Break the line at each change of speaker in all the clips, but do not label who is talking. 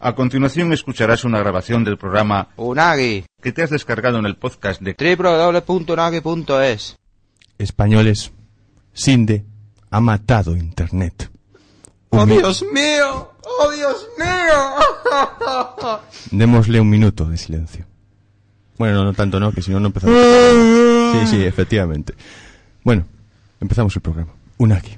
A continuación escucharás una grabación del programa
Unagi,
que te has descargado en el podcast de
www.unagi.es.
Españoles, Sinde ha matado Internet. Un
¡Oh,
mi-
Dios mío! ¡Oh, Dios mío!
Démosle un minuto de silencio. Bueno, no tanto, ¿no? Que si no, no empezamos. Sí, sí, efectivamente. Bueno, empezamos el programa. Unagi.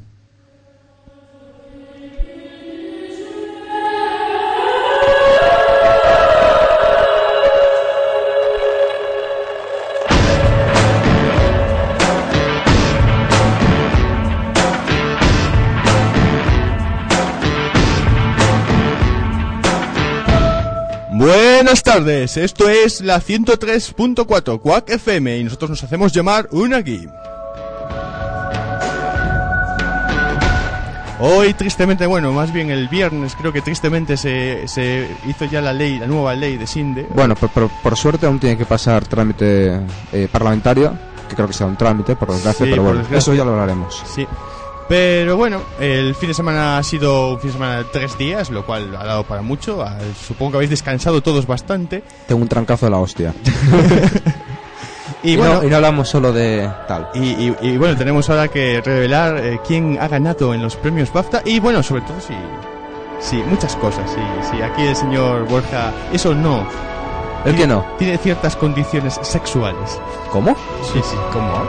Buenas tardes, esto es la 103.4 Quack FM y nosotros nos hacemos llamar Unagi. Hoy tristemente, bueno, más bien el viernes creo que tristemente se, se hizo ya la ley, la nueva ley de Sinde.
Bueno, por, por- por suerte aún tiene que pasar trámite eh, parlamentario, que creo que será un trámite, por desgracia,
Sí,
pero
por
bueno,
desgracia.
eso ya lo hablaremos.
Sí. Pero bueno, el fin de semana ha sido un fin de semana de tres días, lo cual ha dado para mucho. Ah, Supongo que habéis descansado todos bastante.
Tengo un trancazo de la hostia.
Y,
Y,
bueno,
no, y no hablamos solo de tal.
Y, y- y bueno, tenemos ahora que revelar eh, quién ha ganado en los premios BAFTA y bueno, sobre todo si... Sí, muchas cosas, sí, sí. Aquí el señor Borja, eso no,
¿El que no?
tiene ciertas condiciones sexuales.
¿Cómo?
Sí, sí, ¿cómo?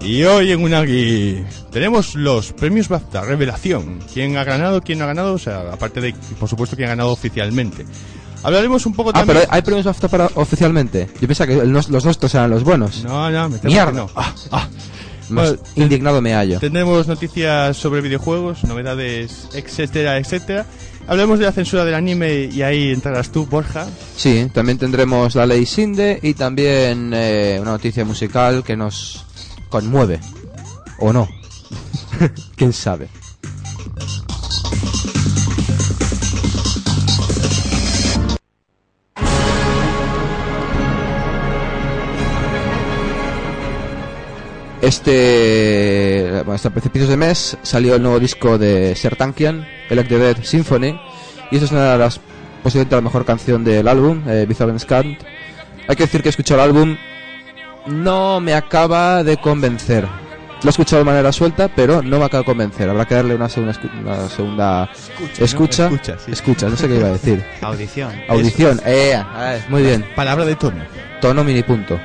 Y hoy en Unagi tenemos los premios BAFTA, revelación. ¿Quién ha ganado, quién no ha ganado? O sea, aparte de, por supuesto, quién ha ganado oficialmente. Hablaremos un poco
Ah,
también...
pero hay premios BAFTA para oficialmente. Yo pensaba que el nos- los nuestros eran los buenos.
No, no, me temo que
Mierda.
no. Ah, ah.
Más
Bueno, te-
indignado me hallo.
Tendremos noticias sobre videojuegos, novedades, etcétera, etcétera. Hablemos de la censura del anime y ahí entrarás tú, Borja.
Sí, también tendremos la ley Sinde y también eh, una noticia musical que nos conmueve. ¿O no? ¿Quién sabe? Este. Bueno, hasta principios de mes salió el nuevo disco de Sertankian, El the Dead Symphony. Y esta es una de las. posiblemente la mejor canción del álbum, eh, Bizarre Scant. Hay que decir que he escuchado el álbum. No me acaba de convencer. Lo he escuchado de manera suelta, pero no me acaba de convencer. Habrá que darle una segunda. escu- Una segunda escucha.
¿no? Escucha, sí.
Escucha, no sé qué iba a decir.
Audición.
Audición. Eh, ah, muy bien
Palabra de tono.
tono mini punto.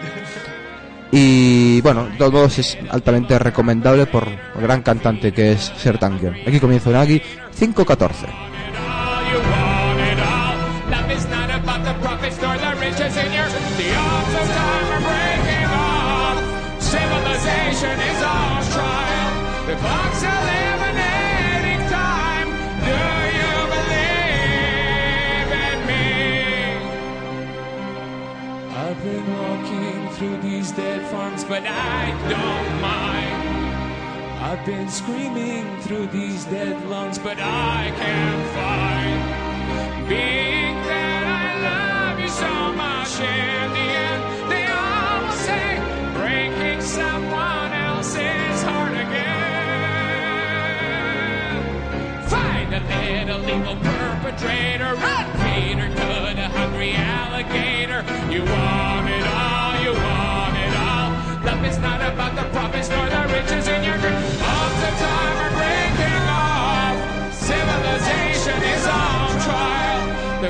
Y bueno, de todos modos es altamente recomendable por el gran cantante que es Sertankian. Aquí comienza Unagi 514.
Love is not about the profits nor the riches in your The arms of time are breaking off Civilization is our trial The clock's eliminating time Do you believe in me? I've been walking through these dead farms, but I don't mind. I've been screaming through these dead lungs, but I can't find. Being that I love you so much in the end, they all will say breaking someone else's heart again. Find a little evil perpetrator. Run, Peter, to the hungry alligator. You want it all, you want it all. Love is not about the profits nor the riches in your grave. Arms of time are breaking off. Civilization is on trial. The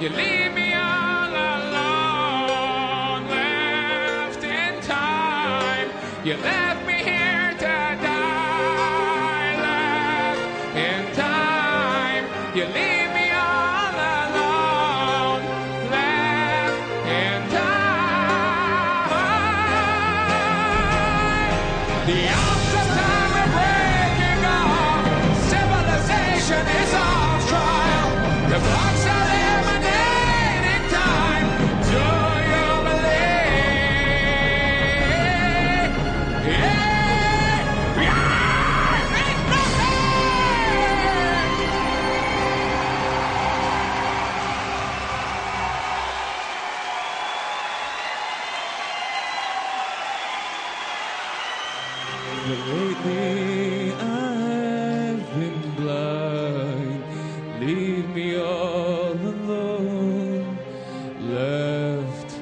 You leave me all alone, left in time. You left me here to die, left in time. You leave me all alone, left in time. The options time are breaking off. Civilization is on trial. The clock's eliminating time. Do you believe? Yeah. Yeah. It's nothing. But lately I've been blind. Leave me all alone, left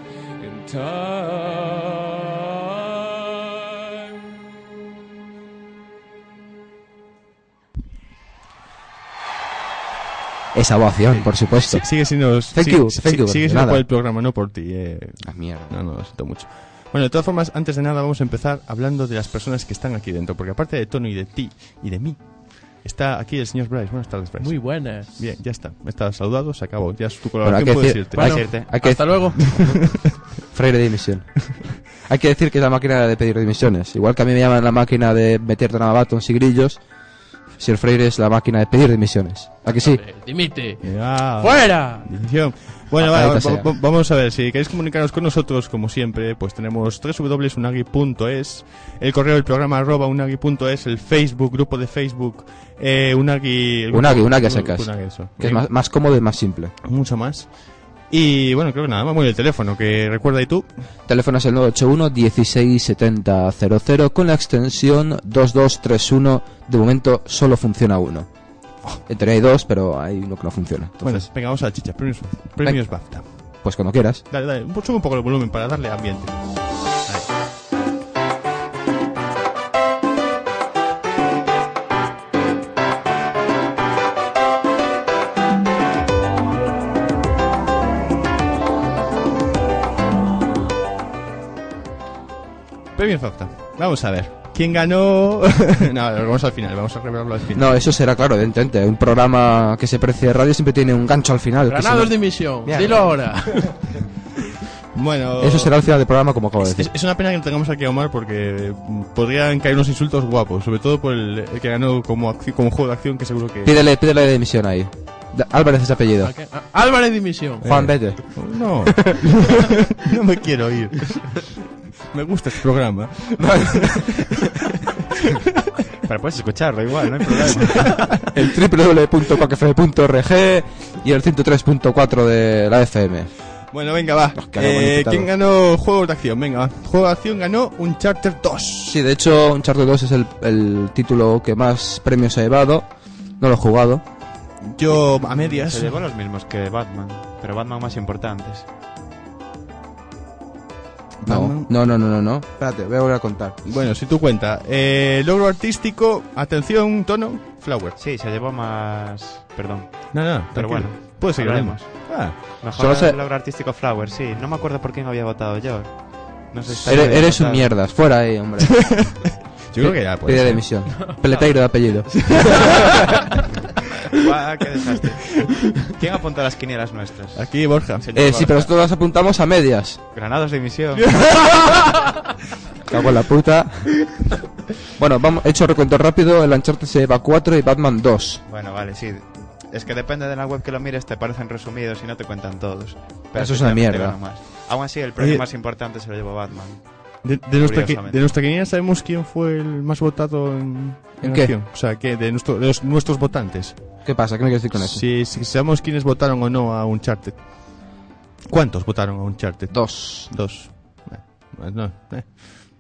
in time.
Esa ovación, por supuesto.
Sí, sigue siendo,
Thank
sí,
you,
sí,
thank you,
sigue
de
siendo
nada.
por el programa, no por ti. eh.
Ah, mierda.
No, no, lo siento mucho. Bueno, de todas formas, antes de nada vamos a empezar hablando de las personas que están aquí dentro, porque aparte de Tono y de ti y de mí, está aquí el señor Bryce. Buenas tardes, Bryce.
Muy buenas.
Bien, ya está. Estás saludado, se acabó. Ya es tu
Bueno, hay
colaboración,
que
puedes
decir,
irte.
hay,
Puedes irte.
hay que
Hasta luego.
Freire de dimisión. hay que decir que es la máquina de pedir dimisiones. Igual que a mí me llaman la máquina de meter navabatos y grillos, si el Freire es la máquina de pedir dimisiones. ¿A que sí?
Dimite.
Ah,
¡Fuera!
Edición. Bueno,
Ah,
va-
maldita sea.
va- va- vamos a ver, si queréis comunicaros con nosotros, como siempre, pues tenemos www.unagi.es, el correo del programa arroba unagi.es, el Facebook, grupo de Facebook, eh, unagi... el grupo-
Unagi, Unagi a secas.
Unagi, eso.
Que
Eh,
es más, más cómodo y más simple.
Mucho más. Y bueno, creo que nada más, bueno, el teléfono, que recuerda y tú,
teléfono es el 981 1670 00 con la extensión 2231. De momento solo funciona uno.
Oh.
En teoría hay dos, pero hay uno que no funciona.
bueno,
Entonces,
venga, vamos a la chicha, premios, premios BAFTA.
pues cuando quieras.
Dale, dale, un- sube un poco el volumen para darle ambiente. Premios BAFTA. Vamos a ver. ¿Quién ganó? no, lo vamos al final, vamos a revelarlo al final.
No, eso será claro, evidentemente. Un programa que se precie de radio siempre tiene un gancho al final. que si
Granados
no-
de misión.
Mierda.
Dilo ahora.
Bueno,
Eso será al final del programa, como acabo de
Es,
decir.
es una pena que no tengamos aquí a Omar porque mm, podrían caer unos insultos guapos, sobre todo por el, el que ganó como, acci- como juego de acción que seguro que...
Pídele, pídele dimisión ahí. Da- Álvarez es apellido.
¿A qué? A- Ah, Álvarez de misión.
Eh. Juan, vete.
No, no me quiero ir. Me gusta este programa. Pero puedes escucharlo igual, no hay problema.
El www.cuacfm.org y el 103.4 de la FM.
Bueno, venga, va.
que haga
Eh,
buen invitado.
¿Quién ganó juegos de acción? Venga, va. Juego de acción ganó un Charter 2.
Sí, de hecho, Uncharted 2 es el, el título que más premios ha llevado. No lo he jugado.
Yo a medias.
Se llevó los mismos que Batman, pero Batman más importantes.
No,
Batman.
no, no, no, no. no. Espérate, voy a volver a contar.
Bueno, si tú cuenta. Eh, logro artístico, atención, tono, flower.
Sí, se llevó más. Perdón.
No, no,
Pero
tranquilo.
bueno,
Puedes seguir
hablaremos.
Ah.
Solo
Mejor
se-
logro artístico Flower, sí. No me acuerdo por quién había votado yo. No sé si
Eres,
había
eres un
votado.
mierdas, fuera ahí, hombre.
Yo creo que ya puede
Pide
ser.
demisión. Peleteiro de apellido.
Guau, qué desastre. ¿Quién apuntó las quinielas nuestras?
Aquí, Borja.
Señor
Eh, sí,
Borja.
pero nosotros las apuntamos a medias.
Granados de misión.
Cago en la puta. Bueno, vamos, he hecho recuento rápido. El Uncharted se lleva 4 y Batman 2.
bueno, vale, sí. Es que depende de la web que lo mires, te parecen resumidos y no te cuentan todos.
Eso es una
efectivamente
mierda.
ganó más. Aún así, el premio
Oye.
más importante se lo llevó Batman.
De, de nuestra, qui-
Curiosamente.
de nuestra quiniela sabemos quién fue el más votado en,
¿En qué?
acción. O sea, que de, nuestro- de los- nuestros votantes.
¿Qué pasa? ¿Qué me quieres decir con eso?
Si, si sabemos quiénes votaron o no a Uncharted. ¿Cuántos votaron a Uncharted?
2.
Dos. Eh, pues no, eh.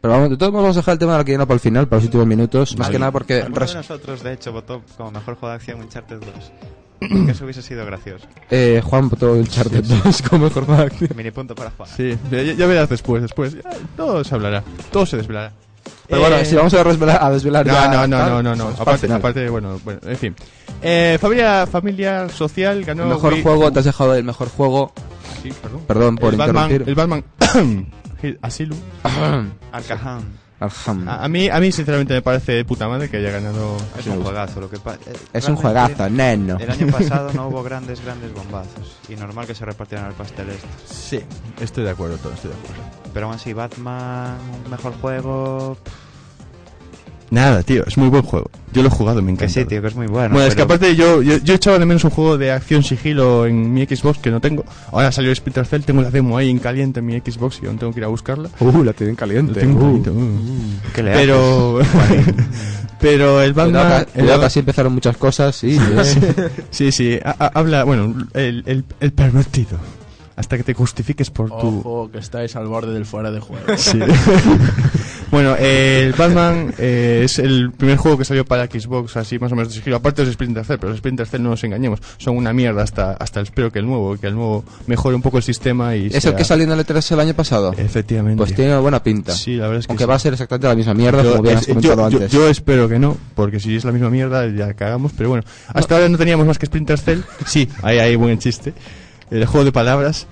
Pero vamos, de todos modos vamos a dejar el tema de la quiniela para el final, para los últimos minutos. Más que nada porque...
Alguno de
res-
nosotros, de hecho, votó como mejor juego de acción Uncharted 2. Que eso hubiese sido gracioso.
eh, Juan votó Uncharted 2 como mejor juego de acción.
Mini punto para Juan.
Sí, ya, ya verás después, después. Ya, todo se hablará, todo se desvelará.
Pero bueno,
Eh,
si vamos a desvelar, a desvelar ya,
no, no,
tal,
no, no, no, no.
es para el
Aparte,
final.
aparte, bueno, bueno, en fin. pues Eh, familia, familia social ganó.
El mejor
Wii-
juego, te has dejado el mejor juego.
Sí, perdón.
Perdón por
el Batman,
interrumpir.
el Batman. Hit Asylum.
Arcaján.
Arjam.
A, a mí, a mí sinceramente me parece de puta madre que haya ganado.
Es
Sí, me
un
gusta.
juegazo, lo que pa- eh,
es un
realmente,
juegazo, neno.
El año pasado no hubo grandes, grandes bombazos. Y normal que se repartieran el pastel este.
Sí, estoy de acuerdo, todo, estoy de acuerdo.
Pero aún así, Batman, un mejor juego. pff,
Nada, tío, es muy buen juego. Yo lo he
Ah,
jugado, me
Que
encanta.
sí, tío, que es muy bueno.
Bueno, es que
pero-
aparte yo, yo, yo echaba de menos un juego de acción sigilo en mi Xbox que no tengo. Ahora salió Splinter Cell, tengo la demo ahí en caliente en mi Xbox y aún tengo que ir a buscarla.
Uh, la tienen
Lo
caliente.
tengo
uh.
un poquito, uh.
¿Qué le haces?
Pero... Pero el
Cuidado,
Batman...
que-
el
cuidado que
Batman-
así empezaron muchas cosas. Sí,
sí, sí, ha- ha- habla... Bueno, el, el, el pervertido. Hasta que te justifiques por
Oh,
tu...
Ojo, que estáis al borde del fuera de juego.
Sí. bueno, eh, el Batman eh, es el primer juego que salió para Xbox, así más o menos de sigilo. Aparte de los Splinter Cell, pero los Splinter Cell no nos engañemos, son una mierda hasta, hasta espero que el nuevo, que el nuevo mejore un poco el sistema y.
es
sea-
el que salió en el E3 el año pasado.
ah. Efectivamente.
Pues tiene buena pinta.
Sí, la verdad es que.
Aunque
sí.
va a ser exactamente la misma mierda,
Yo-
como bien
es-
has comentado
yo- yo-
antes.
yo espero que no, porque si es la misma mierda ya cagamos, pero bueno, hasta ahora no teníamos más que Splinter Cell, sí, ahí hay buen chiste, el juego de palabras.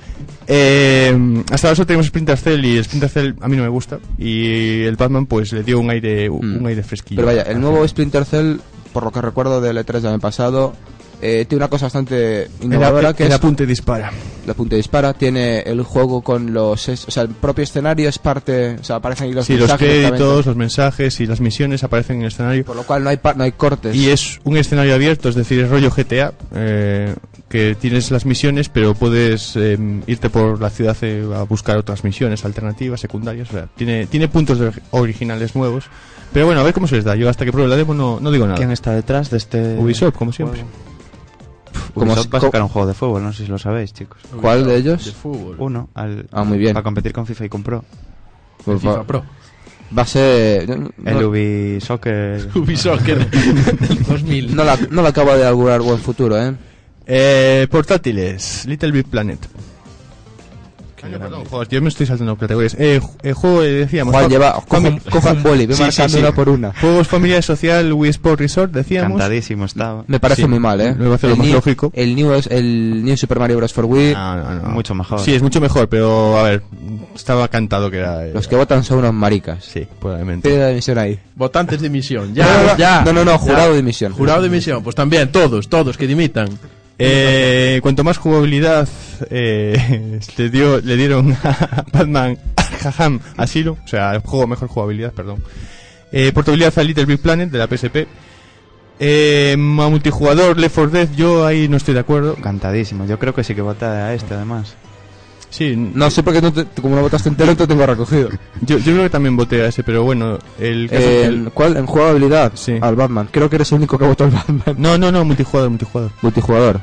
Eh, hasta ahora solo teníamos Splinter Cell y Splinter Cell a mí no me gusta y el Batman pues le dio un aire un
Mm.
aire fresquillo.
Pero vaya, el nuevo Splinter Cell, por lo que recuerdo del E3 del año pasado, eh, tiene una cosa bastante innovadora que
el
es
apunte dispara.
la punta dispara, tiene el juego con los... es- o sea, el propio escenario es parte... O sea, aparecen ahí los
Sí, los
mensajes
créditos,
directamente,
los mensajes y las misiones aparecen en el escenario.
Por lo cual no hay, pa- no hay cortes.
Y es un escenario abierto, es decir, es rollo GTA, eh, que tienes las misiones, pero puedes eh, irte por la ciudad eh, a buscar otras misiones alternativas, secundarias. O sea, tiene, tiene puntos de- originales nuevos. Pero bueno, a ver cómo se les da. Yo hasta que pruebe la demo no, no digo nada.
¿Quién está detrás de este.
Ubisoft, como siempre.
juego?
Como
Ubisoft
si-
va a
co-
sacar un juego de fútbol, no sé si lo sabéis, chicos.
¿Cuál de ellos?
De fútbol.
Uno, al,
Ah, muy bien.
Para competir con FIFA y con Pro.
Pues
FIFA
va,
Pro.
va a ser... no- no-
El Ubisoft.
Ubisoft que- 2000.
no la, no la acaba de augurar buen futuro, ¿eh?
Eh, portátiles, Little Big Planet. Ah, no, perdón, joder, yo me estoy saltando categorías. Eh, ju- eh, juego, eh, decíamos.
Juan,
fa-
lleva... Coge, un-
fami-
coge un boli, ve
Sí, sí,
marcando
sí.
una por una.
Juegos familia social, Wii Sport Resort, decíamos.
Cantadísimo estaba.
Me parece
Sí,
muy mal, ¿eh?
me parece lo
El
más
New-
lógico.
El New, el New Super Mario Bros. for Wii...
No, no, no.
Mucho mejor.
Sí, es mucho mejor, pero a ver, estaba cantado que era. eh,
Los que votan son unos maricas.
Sí,
Pide
probablemente.
la dimisión ahí.
Votantes de misión.
No, no,
Ya,
no.
ya.
No, no, no, jurado
Ya.
de dimisión.
Jurado de misión. Pues también, todos, todos, que dimitan.
Eh, cuanto más jugabilidad eh, le, dio, le dieron a Batman Jajam Asilo, o sea, el juego mejor jugabilidad, perdón. Eh, portabilidad a Little Big Planet de la PSP. Eh, a multijugador, Left 4 Dead, yo ahí no estoy de acuerdo.
Cantadísimo. Yo creo que sí que vota a este, además.
Sí,
No sé por qué no te- como no votaste entero, no te tengo recogido.
yo, yo creo que también voté a ese, pero bueno, el caso es
Eh,
que
¿en
el-
¿Cuál? En jugabilidad.
Sí.
Al Batman. Creo que eres el único que votó al Batman.
No, no, no, multijugador, multijugador.
Multijugador.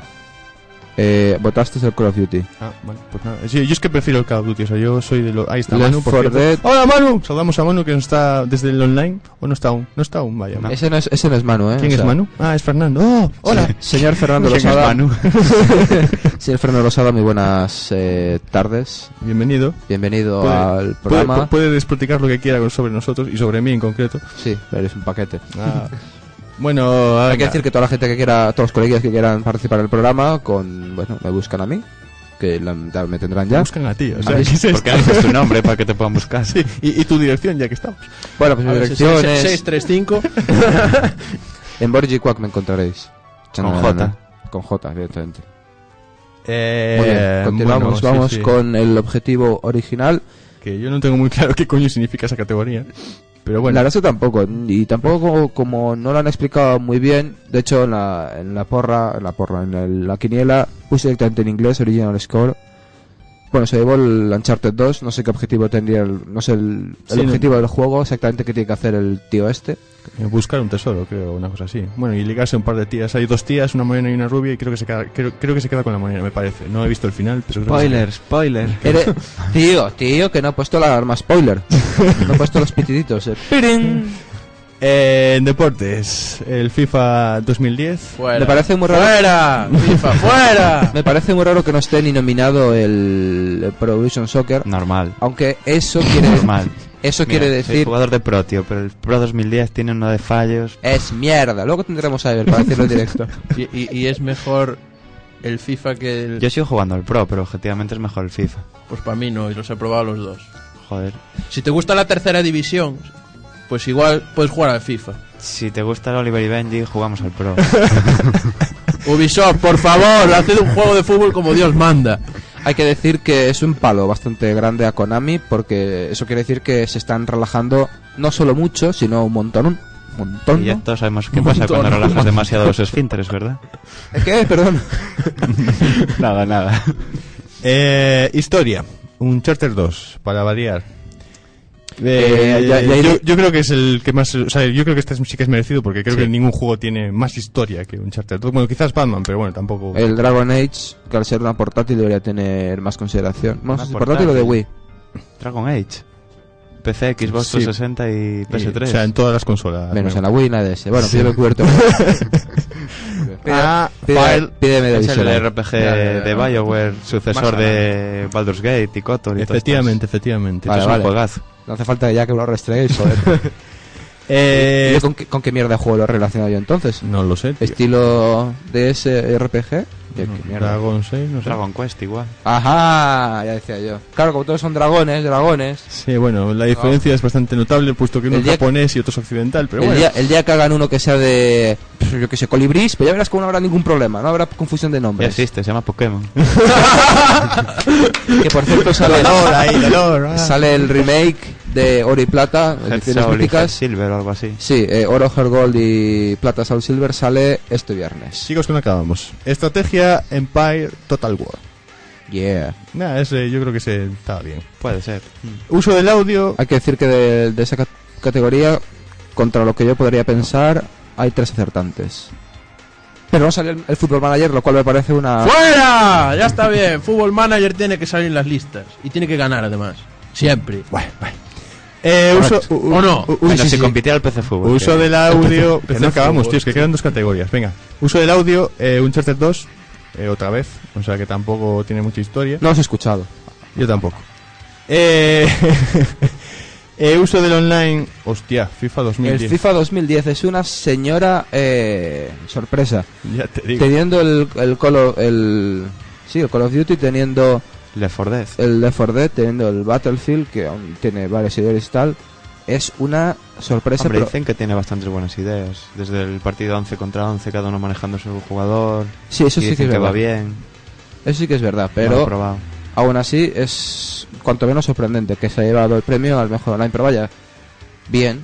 Eh, votaste el Call of Duty.
Ah, vale, pues nada. Sí, yo es que prefiero el Call of Duty, o sea, yo soy de los... Ahí está
Left
Manu, por
4
cierto.
Dead.
¡Hola, Manu! Saludamos a Manu que no está desde el online. ¿O no está aún? No está aún, vaya.
No.
Ese, no es, ese no es Manu, ¿eh?
¿Quién
O
es
sea,
Manu? Ah, es Fernando. ¡Oh! ¡Hola!
se- Señor Fernando
¿Quién es
Losada.
Manu?
Señor Fernando Losada, muy buenas eh, tardes.
Bienvenido.
Bienvenido
Puede-
al
Puede,
programa.
puede despotricar lo que quiera sobre nosotros y sobre mí en concreto.
Sí, eres un paquete.
Ah, bueno,
Hay que
venga.
decir que toda la gente que quiera, todos los colegas que quieran participar en el programa, con, bueno, me buscan a mí, que la- me tendrán ya.
buscan a ti. O
A
sea,
mí-
¿qué es
Porque
esto?
haces tu nombre para que te puedan buscar.
Sí, y, y tu dirección, ya que estamos.
Bueno, pues
A
mi
ver,
dirección
se- se-
es...
635.
En Borgi Quack me encontraréis.
Con
Chanana.
J.
Con J, evidentemente.
Eh,
Muy bien, continuamos.
bueno, sí,
vamos
sí.
con el objetivo original.
Que yo no tengo muy claro qué coño significa esa categoría. Pero bueno.
La verdad es que tampoco. Y tampoco como, como no lo han explicado muy bien. De hecho, en la, en la porra, en la porra, en la, en la quiniela, puse directamente en inglés, original score. Bueno, se llevó el Uncharted 2, no sé qué objetivo tendría, el, no sé el, el
Sí, no.
objetivo del juego exactamente qué tiene que hacer el tío este.
Eh, Buscar un tesoro, creo, una cosa así. Bueno, y ligarse a un par de tías. Hay dos tías, una morena y una rubia, y creo que se queda, creo, creo que se queda con la morena, me parece. No he visto el final, pero creo que se queda.
spoiler.
Ere- tío, tío, que no ha puesto la alarma spoiler. No ha puesto los pitiditos. eh.
Eh, en deportes, el FIFA 2010.
Fuera.
Me parece muy raro.
¡Fuera! ¡FIFA, fuera!
Me parece muy raro que no esté ni nominado el Pro Evolution Soccer,
Normal.
aunque eso quiere
Normal.
Eso
Mira,
quiere
Soy
decir.
jugador de Pro, tío, pero el Pro 2010 tiene uno de fallos.
Es mierda. Luego tendremos a Ever para decirlo en directo.
Y, y- y es mejor el FIFA que el.
Yo sigo jugando al Pro, pero objetivamente es mejor el FIFA.
Pues para mí no, y los he probado los dos.
Joder.
Si te gusta la tercera división, pues igual puedes jugar al FIFA.
Si te gusta el Oliver y Benji, jugamos al Pro.
Ubisoft, por favor, haced un juego de fútbol como Dios manda.
Hay que decir que es un palo bastante grande a Konami porque eso quiere decir que se están relajando no solo mucho, sino un montón. Un montón.
y ya
¿no?
todos sabemos qué
Un
pasa
montón.
cuando relajas demasiado los esfínteres, ¿verdad?
¿Qué? Perdón.
nada, nada.
Eh, historia. Un Charter 2, para variar.
Eh,
Eh,
ya- ya
yo,
iré-
yo creo que es el que más. O sea, yo creo que este sí que es merecido porque creo
Sí.
que ningún juego tiene más historia que un Charter 2. Bueno, quizás Batman, pero bueno, tampoco.
El Dragon Age, que al ser una portátil debería tener más consideración. No
Una
sé si portátil o de Wii.
portátil. Dragon Age. PC, Xbox
Sí.
360 y
Y,
PS3.
O sea, en todas las consolas.
Menos
Me-
en la Wii y en la DS. Bueno,
Sí.
pídeme cubierto.
Ah,
Pide- Pídeme de
es el
visual.
RPG
Ya, ya, ya.
de BioWare,
Más
sucesor de Baldur's Gate y KOTOR y todo
efectivamente, efectivamente.
Vale,
es
vale.
un juegazo.
No hace falta ya que lo restreguéis, joder.
Eh,
¿Y ¿Con, qué, ¿Con qué mierda de juego lo he relacionado yo entonces?
no lo sé. tío.
¿Estilo DS RPG? Yo,
No,
¿qué mierda?
Dragon 6, no sé.
Dragon Quest igual.
Ajá, ya decía yo. Claro, como todos son dragones, dragones.
Sí, bueno, la diferencia es bastante notable, puesto que uno
Ah. El
es
día-
japonés y otro es occidental, pero
el,
bueno.
día, el día que hagan uno que sea de, pf, yo que sé, colibrís, pues ya verás que no habrá ningún problema, no habrá confusión de
Ya
nombres.
existe, se llama Pokémon.
que por cierto sale,
ah.
sale el remake de Oro y Plata, ediciones
Sol y Heart
míticas.
Silver o algo así.
Sí, eh, Oro, Her Gold y Plata, Soul Silver sale este viernes.
Chicos, que no acabamos. Estrategia Empire Total War.
Yeah.
Nah, ese yo creo que se está bien.
Puede ser.
Uso del audio.
Hay que decir que de, de esa cat- categoría, contra lo que yo podría pensar, hay tres acertantes. Pero no sale el, el Football Manager, lo cual me parece una...
¡Fuera! Ya está bien. Fútbol Manager tiene que salir en las listas. Y tiene que ganar, además. Siempre.
Bueno, bueno. Eh, uso,
Correcto. ¿O no?
u- u-
Bueno,
sí,
si
sí.
compitiera el PC Fútbol.
Uso
que-
del audio. que
Empecé
no acabamos,
fútbol.
tío, es que quedan dos categorías. Venga, uso del audio, eh, Uncharted 2, eh, otra vez. O sea que tampoco tiene mucha historia.
No os he escuchado.
Yo tampoco. Eh, eh, uso del online. Hostia, FIFA
El
2010.
FIFA 2010 es una señora eh, sorpresa.
Ya te digo.
Teniendo el, el, Call of, el, sí, el Call of Duty, teniendo
Left 4 Dead.
el Left 4 Dead, teniendo el Battlefield, que aún tiene varios seguidores y tal, es una sorpresa.
Hombre,
pero-
dicen que tiene bastantes buenas ideas. Desde el partido 11 contra 11, cada uno manejando su jugador.
sí, eso sí
y
que,
dicen
es
que va
verdad.
bien.
Eso sí que es verdad,
No lo he
pero
probado.
aún así es cuanto menos sorprendente que se ha llevado el premio al mejor online, pero vaya, bien.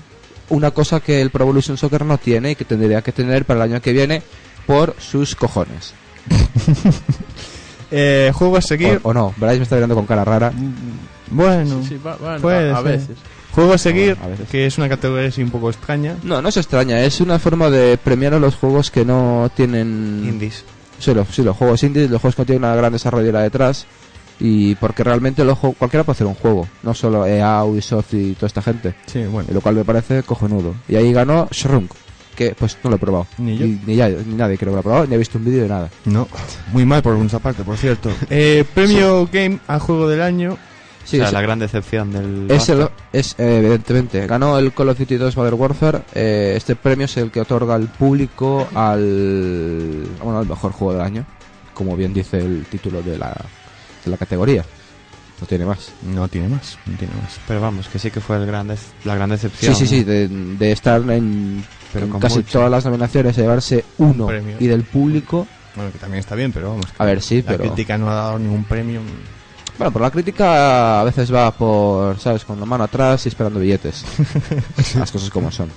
Una cosa que el Pro Evolution Soccer no tiene y que tendría que tener para el año que viene por sus cojones.
Eh, juego a seguir.
O, o no, Bryce me está mirando con cara rara.
Bueno.
Sí, va- van,
Puede
a, a
ser.
veces.
Juego a seguir,
Bueno, a veces.
que es una categoría así un poco extraña.
No, no se extraña, es una forma de premiar a los juegos que no tienen...
Indies.
Sí, los, sí, los juegos indies, los juegos que no tienen una gran desarrolladora detrás. Y porque realmente los ju- cualquiera puede hacer un juego, no solo EA, Ubisoft y toda esta gente.
Sí, bueno.
Lo cual me parece cojonudo. Y ahí ganó Shrunk, que pues no lo he probado.
Ni yo.
Ni, ya- ni nadie creo que lo ha probado, ni he visto un vídeo de nada.
No, muy mal por nuestra parte, por cierto. Eh, premio Game a Juego del Año.
Sí,
o sea,
es-
la gran decepción del.
es, el-
BAFTA.
es, eh, evidentemente. Ganó el Call of Duty 2 Modern Warfare. eh, este premio es el que otorga el público al, bueno, al mejor juego del año. Como bien dice el título de la, de la categoría. No tiene más.
No tiene más, no tiene más.
Pero vamos, que sí que fue el gran dece- la gran
Sí,
decepción.
sí, sí, de, de estar en,
Pero
en
con
casi
mucho.
todas las nominaciones, a llevarse uno
Premio.
y del público.
Bueno, que también está bien, pero vamos.
A ver, sí,
la
pero.
crítica no ha dado ningún premio.
Bueno, por la crítica a veces va por, ¿sabes?, con la mano atrás y esperando billetes. las cosas como son.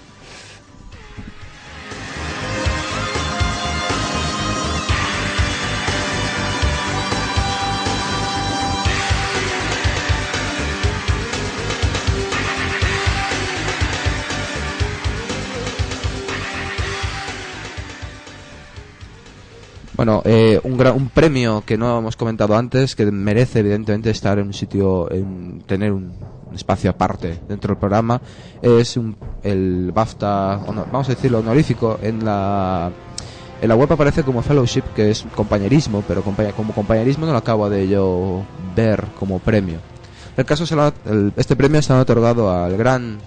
Bueno, eh, un, gra- un premio que no hemos comentado antes, que merece evidentemente estar en un sitio, en tener un, un espacio aparte dentro del programa, es un- el BAFTA, honor- vamos a decirlo, honorífico. En la, en la web aparece como fellowship, que es compañerismo, pero compañe- como compañerismo no lo acabo de yo ver como premio. El caso se lo han- el- este premio se lo han otorgado al gran.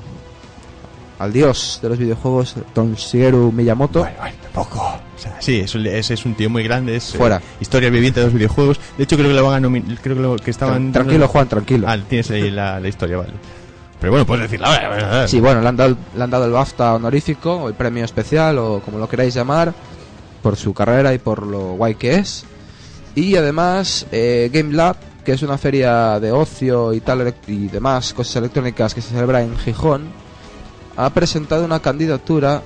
al dios de los videojuegos, Shigeru Miyamoto.
Bueno, bueno, tampoco. O sea, sí, es, un- es- es un tío muy grande, es eh,
Fuera.
historia viviente de los videojuegos. De hecho, creo que lo van a nomi- creo que, lo- que estaban...
tranquilo, Juan, tranquilo.
Ah, tienes ahí la, la historia, vale. Pero bueno, puedes decirla. vale, vale, vale.
Sí, bueno, le han, dado, el- le han dado el BAFTA honorífico, o el premio especial, o como lo queráis llamar, por su carrera y por lo guay que es. Y además, eh, Game Lab, que es una feria de ocio y tal elec- y demás cosas electrónicas que se celebra en Gijón, ha presentado una candidatura,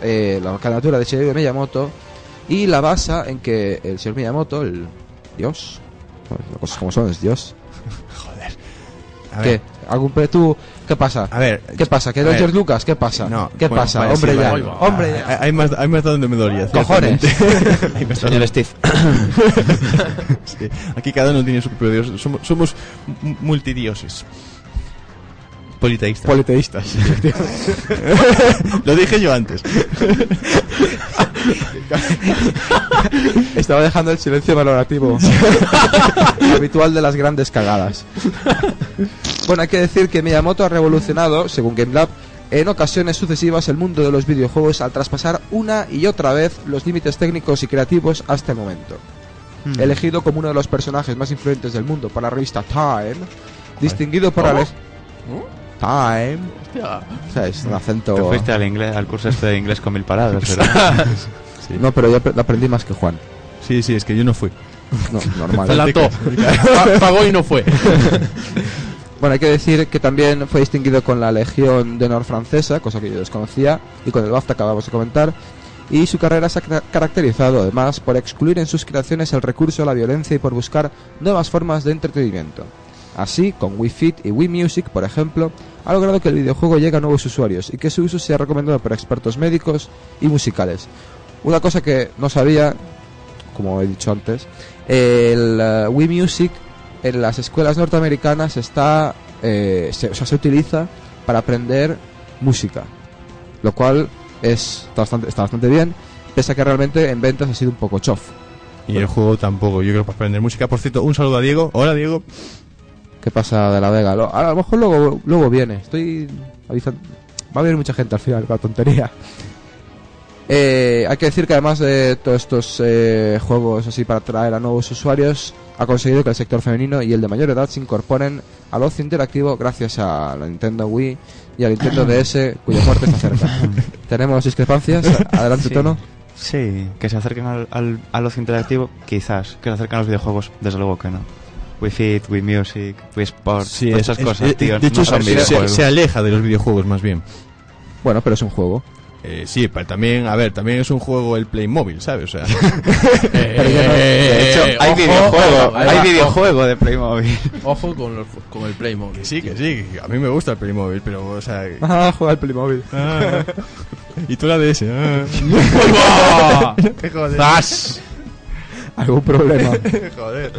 eh, la candidatura de Shigeru Miyamoto, y la basa en que el señor Miyamoto, el dios, bueno, las cosas pues, como son, es dios,
A
que
ver,
algún pre tú, ¿qué pasa?
A ver,
¿Qué pasa? ¿Que
a
no es
ver.
George Lucas? ¿Qué pasa?
No,
¿Qué
bueno,
pasa?
vale,
hombre
sí,
ya, Oh.
vale, vale.
hombre ya.
Hay, hay más, hay más donde me dolía.
Cojones.
ciertamente. Hay más donde-
Señor Steve.
Sí, Aquí cada uno tiene su propio dios. Somos, somos m- multidioses. Politeístas. Politeístas. Lo dije yo antes.
Estaba dejando el silencio valorativo habitual de las grandes cagadas. Bueno, hay que decir que Miyamoto ha revolucionado, según GameLab, en ocasiones sucesivas el mundo de los videojuegos al traspasar una y otra vez los límites técnicos y creativos hasta el momento. Elegido como uno de los personajes más influentes del mundo para la revista Time, distinguido por la... Time. O sea, es un acento...
Te fuiste al, inglés, al curso este de inglés con mil palabras, ¿verdad?
No, pero yo ap- aprendí más que Juan.
Sí, sí, es que yo no fui.
No,
Se
normal.
la ató. Pa- Pagó y no fue.
bueno, hay que decir que también fue distinguido con la Legión de Honor francesa, cosa que yo desconocía, y con el BAFTA acabamos de comentar. Y su carrera se ha ca- caracterizado además por excluir en sus creaciones el recurso a la violencia y por buscar nuevas formas de entretenimiento. Así, con Wii Fit y Wii Music, por ejemplo, ha logrado que el videojuego llegue a nuevos usuarios y que su uso sea recomendado por expertos médicos y musicales. Una cosa que no sabía, como he dicho antes, el eh, Wii Music en las escuelas norteamericanas está, eh, se, o sea, se utiliza para aprender música, lo cual es, está, bastante, está bastante bien, pese a que realmente en ventas ha sido un poco chof.
Y el juego tampoco. Yo creo para aprender música. Por cierto, un saludo a Diego. Hola, Diego.
¿Qué pasa de la Vega? Lo- a lo mejor luego, luego viene. Estoy avisando. Va a haber mucha gente al final con la tontería. Eh, hay que decir que además de todos estos eh, juegos así para atraer a nuevos usuarios, ha conseguido que el sector femenino y el de mayor edad se incorporen al ocio interactivo gracias a la Nintendo Wii y al Nintendo DS, cuya muerte está cerca. ¿Tenemos discrepancias? Adelante,
Sí.
Tono.
Sí, que se acerquen al, al, a los interactivo, quizás. Que se acerquen a los videojuegos, desde luego que no. Wii Fit, Wii Music, Wii Sports, todas esas cosas,
es-
tío.
De hecho,
no son
se, se-
videojuegos.
se aleja de los videojuegos más bien.
Bueno, pero es un juego.
Eh, sí, pero también, a ver, también es un juego el Playmobil, ¿sabes? O sea,
De hecho,
Eh,
hay
ojo,
videojuego,
ahí
hay
va,
videojuego de Playmobil.
Ojo con, los- con el Playmobil.
que sí, que sí. que A mí me gusta el Playmobil, pero, o sea.
Ah, juega al Playmobil.
ah, y tú la ah. DS. ah.
¡Zas!
Algún problema.
Joder.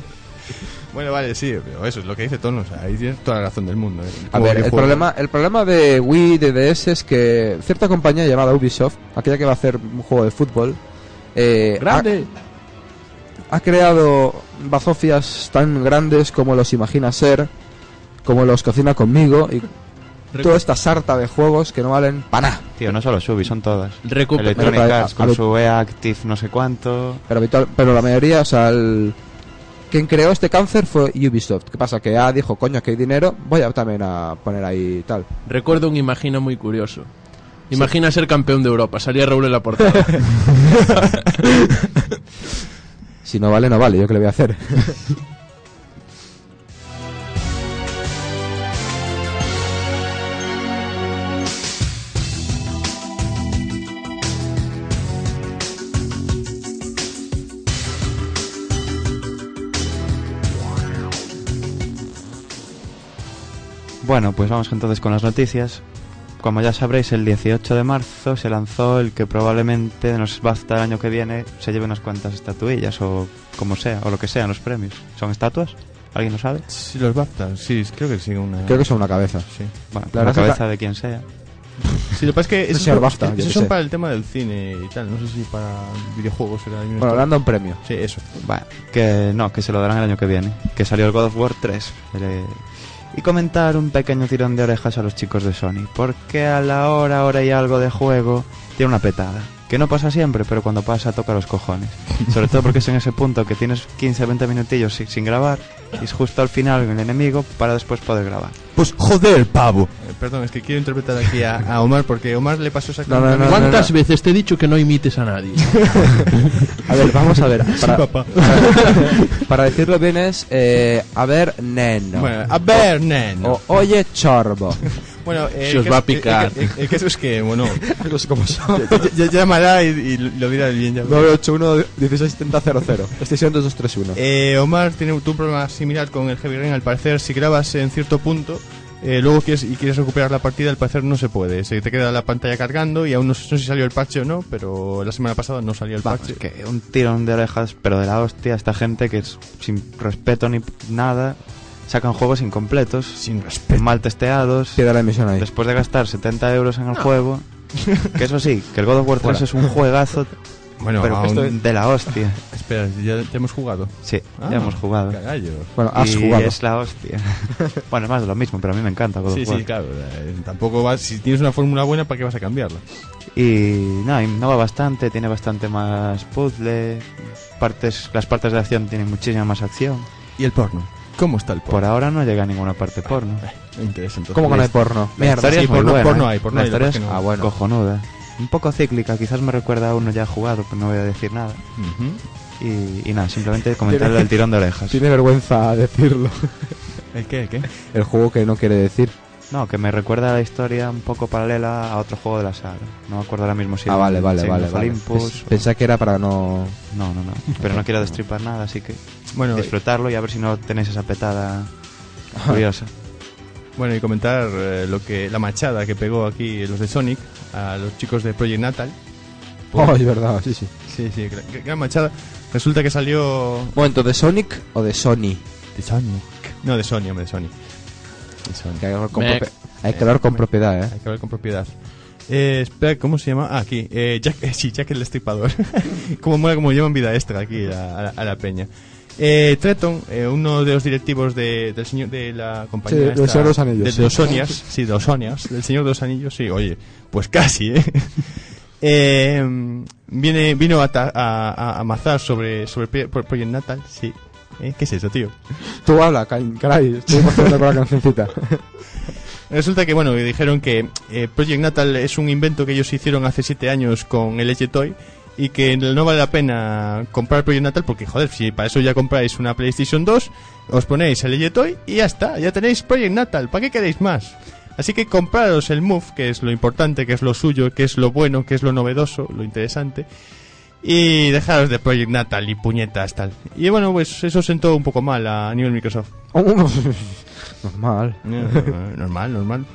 Bueno, vale, sí, pero eso es lo que dice Tono. O sea, ahí tienes toda la razón del mundo. ¿eh?
A
Como
ver, el
videojuego.
problema, el problema de Wii, de DS es que cierta compañía llamada Ubisoft, aquella que va a hacer un juego de fútbol, eh, ha,
¡Grande!
ha creado bazofias tan grandes como los imagina ser, como los cocina conmigo y toda esta sarta de juegos que no valen para nada.
Tío, no solo Subi, son todas.
Recupe-
Electronic
Bueno,
Arts
a- a
con
lo-
su EA Active no sé cuánto.
Pero, habitual- pero la mayoría, o sea, el- quien creó este cáncer fue Ubisoft. ¿Qué pasa? Que A dijo, coño, que hay dinero, voy a también a poner ahí tal.
Recuerdo un imagina muy curioso. Imagina ser campeón de Europa. Salía Raúl en la portada.
Si no vale, no vale, yo qué le voy a hacer.
Bueno, pues vamos entonces con las noticias. Como ya sabréis, el 18 de marzo se lanzó el que probablemente en los BAFTA el año que viene se lleve unas cuantas estatuillas o como sea, o lo que sean los premios. ¿Son estatuas? ¿Alguien lo sabe?
Sí, los BAFTA, sí, creo que sí. Una...
Creo que son una cabeza.
Sí.
Bueno,
La
la,
verdad es que-
cabeza de quien sea.
Sí, lo que pasa es que esos
sea el
son,
BAFTA, yo
esos
qué
son
sé.
para el tema del cine y tal. No sé si para videojuegos será el mismo
Bueno, le han
estilo.
dado un premio.
Sí, eso.
Bueno, que no, que se lo darán el año que viene. Que salió el God of War 3. el, eh, y comentar un pequeño tirón de orejas a los chicos de Sony, porque a la hora, hora y algo de juego tiene una petada. Que no pasa siempre, pero cuando pasa toca los cojones. Sobre todo porque es en ese punto que tienes 15-20 minutillos sin, sin grabar y es justo al final el enemigo para después poder grabar.
Pues joder, pavo. Eh, perdón, es que quiero interpretar aquí a, a Omar porque Omar le pasó
No,
exactamente.
no, no,
lo mismo.
¿Cuántas veces te he dicho que no imites a nadie?
A ver, vamos a ver.
Sí,
Para,
papá.
para decirlo bien es, eh, a ver, neno.
Bueno, a ver, nen.
O oye, chorbo.
Bueno, eh,
Se os
que-
va a
eh,
picar.
eh, eh, que eso es que, bueno. No sé cómo son. Llamará y, y lo dirá bien. ya verás.
981-1670-00. Extensión 2231.
Eh, Omar tiene un- tuvo un problema similar con el Heavy Rain. Al parecer, si grabas en cierto punto, eh, luego quieres, y quieres recuperar la partida, al parecer no se puede. Se te queda la pantalla cargando y aún no, sé no sé si salió el parche o no, pero la semana pasada no salió el
Vamos,
parche.
que un tirón de orejas, pero de la hostia, esta gente que es sin respeto ni nada, sacan juegos incompletos,
Sin respeto.
mal testeados,
Queda la emisión ahí.
después de gastar 70 euros en el juego. Que eso sí, que el God of War 3
Fuera.
es un juegazo,
Bueno,
pero
aún-
de la hostia.
espera, ya te hemos jugado.
Sí,
Ah,
ya hemos jugado.
Cagallo.
Bueno, has
y
jugado.
es la hostia. bueno, es más de lo mismo, pero a mí me encanta God
Sí,
of War.
sí, claro. eh, Tampoco vas, si tienes una fórmula buena, ¿para qué vas a cambiarla?
Y no, innova bastante, tiene bastante más puzzle, partes, las partes de acción tienen muchísima más acción.
¿Y el porno? ¿Cómo está el
Por
porno?
ahora no llega a ninguna parte porno.
Me interesa entonces.
¿Cómo que no hay porno?
La historia
sí,
es muy
porno-
buena,
porno
¿eh?
hay, porno ¿eh?
La
hay, lo que
historia
pasa
es
que no-
Ah, bueno.
cojonuda. Un poco cíclica, quizás me recuerda a uno ya jugado, pero no voy a decir nada.
Ujú.
Y, y nada, simplemente comentarle el tirón de orejas.
Tiene vergüenza decirlo.
¿El qué? el qué?
El juego que no quiere decir.
No, que me recuerda a la historia un poco paralela a otro juego de la saga. No me acuerdo ahora mismo si
ah,
era
vale, vale,
Chain
vale.
of
vale.
Olympus o-
Pensé que era para no.
No, no, no. Pero no quiero destripar nada, así que
Bueno,
disfrutarlo y a ver si no tenéis esa petada curiosa.
Bueno, y comentar eh, lo que la machada que pegó aquí los de Sonic a los chicos de Project Natal.
Oh, es verdad, sí, sí.
Sí, sí, gran, gran machada. Resulta que salió...
Momento, ¿de Sonic o de Sony?
De Sonic. No, de Sony, hombre, de Sony. De Sony.
Que hay que hablar con,
Me-
prope- hay que hablar con propiedad, eh.
Hay que hablar con propiedad. Eh, espera, ¿cómo se llama? Ah, aquí. Eh, Jack, eh, sí, Jack el Destripador. Como mola como llaman vida extra aquí a, a la- a la peña. Eh, Treton, eh, uno de los directivos de, del señor, de la compañía...
Sí, del
esta-
Señor de los Anillos,
De,
sí.
los Osonias, sí, de los Osonias, del Señor de los Anillos, sí, oye, pues casi, ¿eh? Eh, viene, vino a, ta- a, a- a mazar sobre, sobre Pe- Pro- Project Natal, sí. ¿Eh? ¿Qué es eso, tío?
Tú habla, ca- caray. Estoy emocionado con la cancioncita.
Resulta que, bueno, dijeron que eh, Project Natal es un invento que ellos hicieron hace siete años con el Edge Toy y que no vale la pena comprar Project Natal porque, joder, si para eso ya compráis una PlayStation 2, os ponéis el Edge Toy y ya está, ya tenéis Project Natal, ¿para qué queréis más? Así que compraros el Move, que es lo importante, que es lo suyo, que es lo bueno, que es lo novedoso, lo interesante. Y dejaros de Project Natal y puñetas tal. Y bueno, pues eso sentó un poco mal a nivel Microsoft.
Normal.
Eh, normal, normal.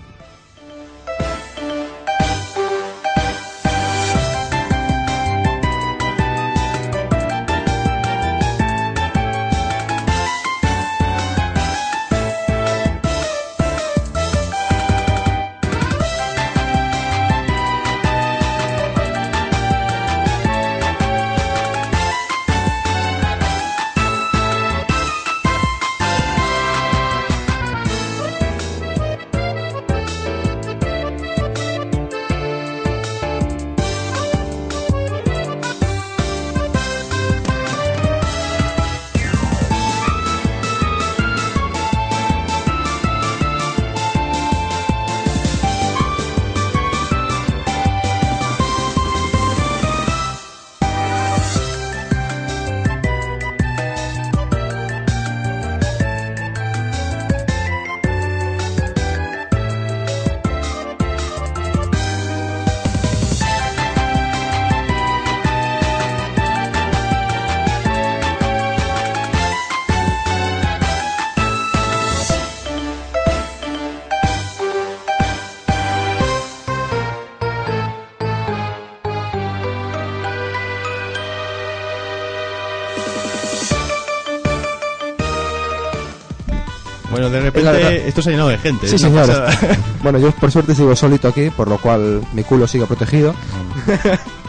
Bueno, de
Es la verdad.
repente esto se ha llenado de gente.
Sí,
es una
señor.
pasada.
Bueno, yo por suerte sigo solito aquí, por lo cual mi culo sigue protegido.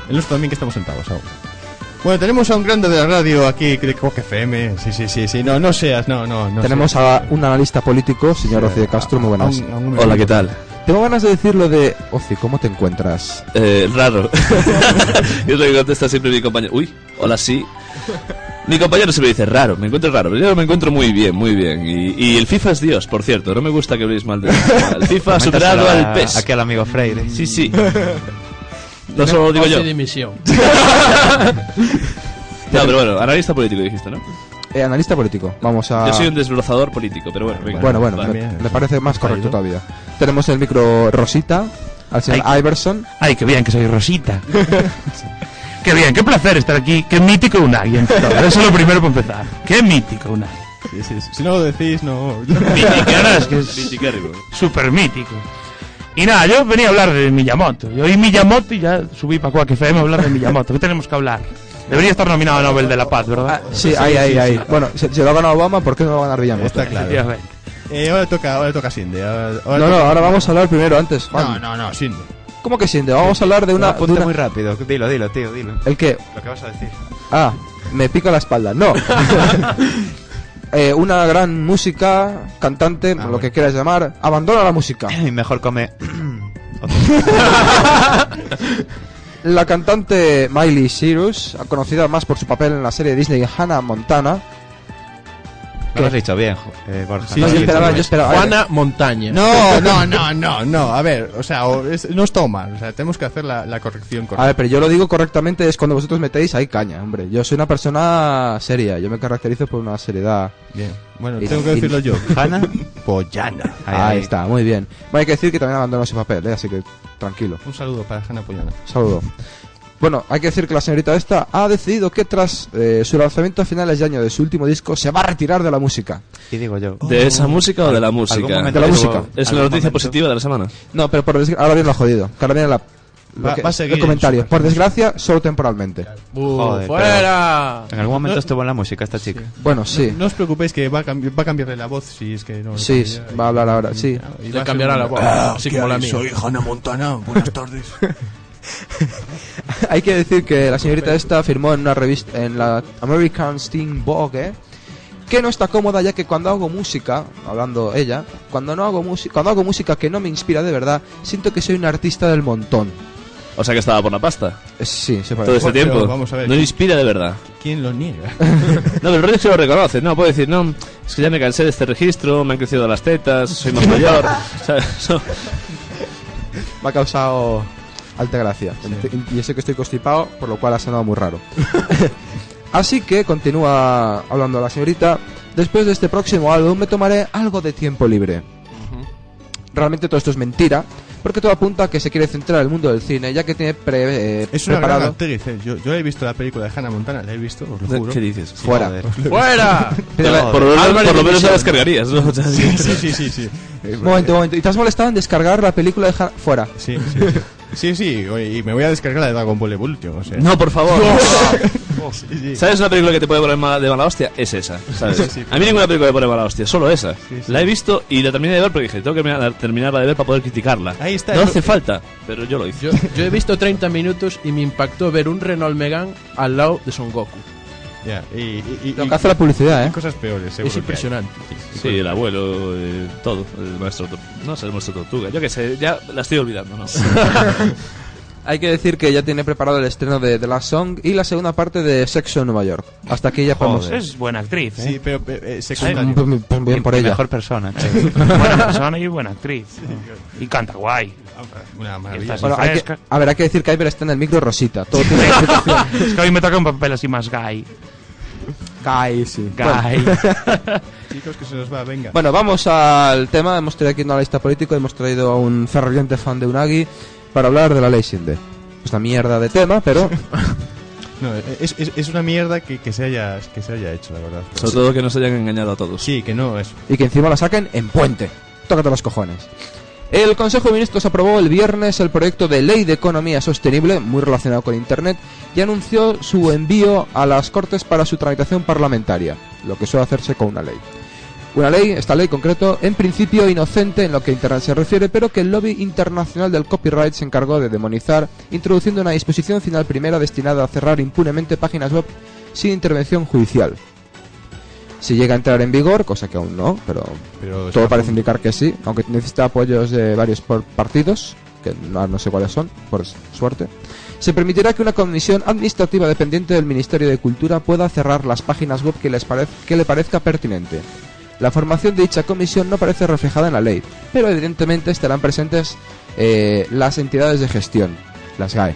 El nuestro también que estamos sentados ahora. Bueno, tenemos a un grande de la radio aquí, de Quack FM. Sí, sí, sí, sí. No, no seas, no, no. no
Tenemos
seas.
a un analista político, señor Ocio de Castro, muy buenas.
A un- a un-
Hola, ¿qué tal?
Tengo ganas de decir lo de Ocio, ¿cómo te encuentras?
Eh, raro. es lo que contesta siempre mi compañero. Uy, hola, sí. Mi compañero siempre dice raro, me encuentro raro. Pero yo me encuentro muy bien, muy bien. Y, y el FIFA es Dios, por cierto. No me gusta que habléis mal de El FIFA ha superado
Coméntaselo a-
al PES.
Aquí al amigo Freire.
Sí, sí. No solo lo digo yo.
Ocio dimisión.
No, pero bueno, analista político dijiste, ¿no?
Eh, analista político, vamos a...
Yo soy un desbrozador político, pero bueno, venga.
Ah. Bueno, bueno,
Vale.
me,
bien.
me parece más correcto
Ahí, ¿no?
todavía. Tenemos el micro Rosita, al señor Iverson.
Ay, qué bien que soy Rosita. qué bien, qué placer estar aquí. Qué mítico Unagi. en todo. Eso es lo primero para empezar. Qué mítico Unagi.
Sí, sí, sí. Si no lo decís, no.
Mítico, es que es
Criticárrimo.
súper mítico. Y nada, yo venía a hablar de Miyamoto. Yo oí Miyamoto y ya subí para Quack FM a hablar de Miyamoto. ¿Qué tenemos que hablar? Debería estar nominado a Nobel de la Paz, ¿verdad?
Ah, Sí, ahí, ahí, ahí. Bueno, se, se lo ha ganado Obama, ¿por qué no lo va a ganar Villamoto?
Está claro.
Efectivamente.
Eh, ahora toca, ahora toca Cindy. Ahora, ahora
No, no,
toca-
ahora vamos a hablar primero antes,
No,
Juan.
no, no, Cindy.
¿Cómo que siente? Vamos a hablar de una...
Una,
de
apunte
una-
muy rápido. Dilo, dilo, tío, dilo.
¿El qué?
Lo que vas a decir.
Ah, me pica la espalda. No. Eh, una gran música, cantante, lo
Ah, bueno.
que quieras llamar, abandona la música.
Y mejor come.
La cantante Miley Cyrus, conocida más por su papel en la serie Disney Hannah Montana.
Lo has dicho bien, jo- eh, Borja.
Sí,
Lo
No,
has
yo
dicho
esperaba,
bien.
yo esperaba.
Juana Montaña.
No, no, no, no, no. A ver, o sea, o es- no está mal. O sea, tenemos que hacer la, la corrección
A
correcta.
ver, pero yo lo digo correctamente, es cuando vosotros metéis ahí caña, hombre. Yo soy una persona seria, yo me caracterizo por una seriedad.
Bien. Bueno,
Y-
tengo que
y-
decirlo yo.
Hanna.
Pollana.
Ahí,
ahí,
ahí.
está, muy bien. Bueno, hay que decir que también abandonó ese papel, ¿eh? así que tranquilo.
Un saludo para Hanna Pollana.
Saludo. Bueno, hay que decir que la señorita esta ha decidido que tras eh, su lanzamiento a finales de año de su último disco se va a retirar de la música.
Y digo yo.
"Oh,
¿De esa música o de la música?
momento
De la
tuvo-
música.
Es la noticia
algún momento-
positiva de la semana.
No, pero por desgra- ahora viene lo jodido. que ahora viene la, lo
Va-
que-
va a seguir
el comentario.
en su-
Por desgracia, solo temporalmente.
Bu,
Joder,
¡Fuera!
En algún momento estuvo en la música esta chica.
Bueno, sí.
No, no os preocupéis que va a, cambi- va a cambiarle la voz si es que no.
Sí, sí, va a hablar ahora, sí.
Y va a
Le
ser
cambiará
un- Ah,
la voz. así como la mía.
Hay que decir que la señorita esta afirmó en una revista, en la American Steam Vogue, ¿eh? que no está cómoda ya que cuando hago música, hablando ella, cuando no hago música, cuando hago música que no me inspira de verdad, siento que soy un artista del montón.
O sea que estaba por la pasta.
Eh, Sí, se
Todo
parece.
este
Bueno, pero
tiempo.
vamos a ver.
No inspira de verdad.
¿Quién lo niega?
No, pero el rollo se lo reconoce, no, puede decir, no, es que ya me cansé de este registro, me han crecido las tetas, soy más mayor. ¿sabes? No.
Me ha causado alta gracia. Y sé que estoy constipado, por lo cual ha sonado muy raro. Así que continúa hablando la señorita. Después de este próximo álbum me tomaré algo de tiempo libre. Realmente todo esto es mentira, porque todo apunta a que se quiere centrar en el mundo del cine, ya que tiene pre- eh,
Es una gran
preparado
actriz. eh. Yo, yo he visto la película de Hannah Montana, la he visto, os lo juro.
¿Qué dices?
fuera.
Joder.
¡Fuera!
Pero,
Por, lo menos-
Álvarez
por lo menos
Michel.
la descargarías, ¿no? O sea, sí.
Sí, sí, sí, sí.
momento, momento. ¿Y te has molestado en descargar la película de Hannah? Fuera.
Sí, sí, sí. Sí, sí, oye, y me voy a descargar la de Dragon Ball Evolution, o sea.
No, por favor.
Oh, Sí, sí.
¿Sabes una película que te puede poner ma- de mala hostia? Es esa, ¿sabes?
Sí, sí.
A mí ninguna película me pone mala hostia, solo esa.
sí.
La he visto y la terminé de ver porque dije, tengo que mirar- terminarla de ver para poder criticarla.
Ahí está,
No
yo-
hace falta, pero yo lo hice.
Yo, yo he visto 30 minutos y me impactó ver un Renault Megan al lado de Son Goku.
Ya, y, y, y-
Lo que hace la publicidad,
y
¿eh?
cosas peores, seguro.
Es
que hay.
impresionante.
Sí, el abuelo, eh, todo, el maestro, tor- no sé, el maestro tortuga, yo qué sé, ya la estoy olvidando, ¿no?
Hay que decir que ya tiene preparado el estreno de The Last Song y la segunda parte de Sexo en Nueva York. Hasta aquí ya podemos...
Es buena actriz, ¿eh?
Sí, pero eh, eh, secundario.
Pues Bien por
Y- y
ella.
Mejor persona. tío.
Buena persona y buena actriz. Y canta guay.
Ah, Una maravilla.
Estás-
Bueno, hay que,
fresca.
a ver, hay que decir que Iber está en el micro rosita. Todo tiene explicación.
Es que hoy me toca un papel así más gay.
Cae, sí. Bueno,
Gay.
Chicos, que se nos va, venga.
bueno, vamos al tema. Hemos traído aquí una lista político. Hemos traído a un ferviente fan de Unagi para hablar de la ley Sinde. Es una mierda de tema, pero
No, es, es, es una mierda que, que, se haya, que se haya hecho, la verdad.
Sobre todo que nos hayan engañado a todos.
Sí, que no, es
y que encima la saquen en puente. Tócate los cojones. El Consejo de Ministros aprobó el viernes el proyecto de Ley de Economía Sostenible, muy relacionado con Internet, y anunció su envío a las Cortes para su tramitación parlamentaria, lo que suele hacerse con una ley. Una ley, esta ley en concreto, en principio inocente en lo que Internet se refiere, pero que el lobby internacional del copyright se encargó de demonizar, introduciendo una disposición final primera destinada a cerrar impunemente páginas web sin intervención judicial. Si llega a entrar en vigor, cosa que aún no, pero,
Pero está
todo
a
parece
punto.
indicar que sí, aunque necesita apoyos de varios por- partidos, que no, no sé cuáles son, por suerte, se permitirá que una comisión administrativa dependiente del Ministerio de Cultura pueda cerrar las páginas web que, les parez- que le parezca pertinente. La formación de dicha comisión no parece reflejada en la ley, pero evidentemente estarán presentes eh, las entidades de gestión, las E. GAE.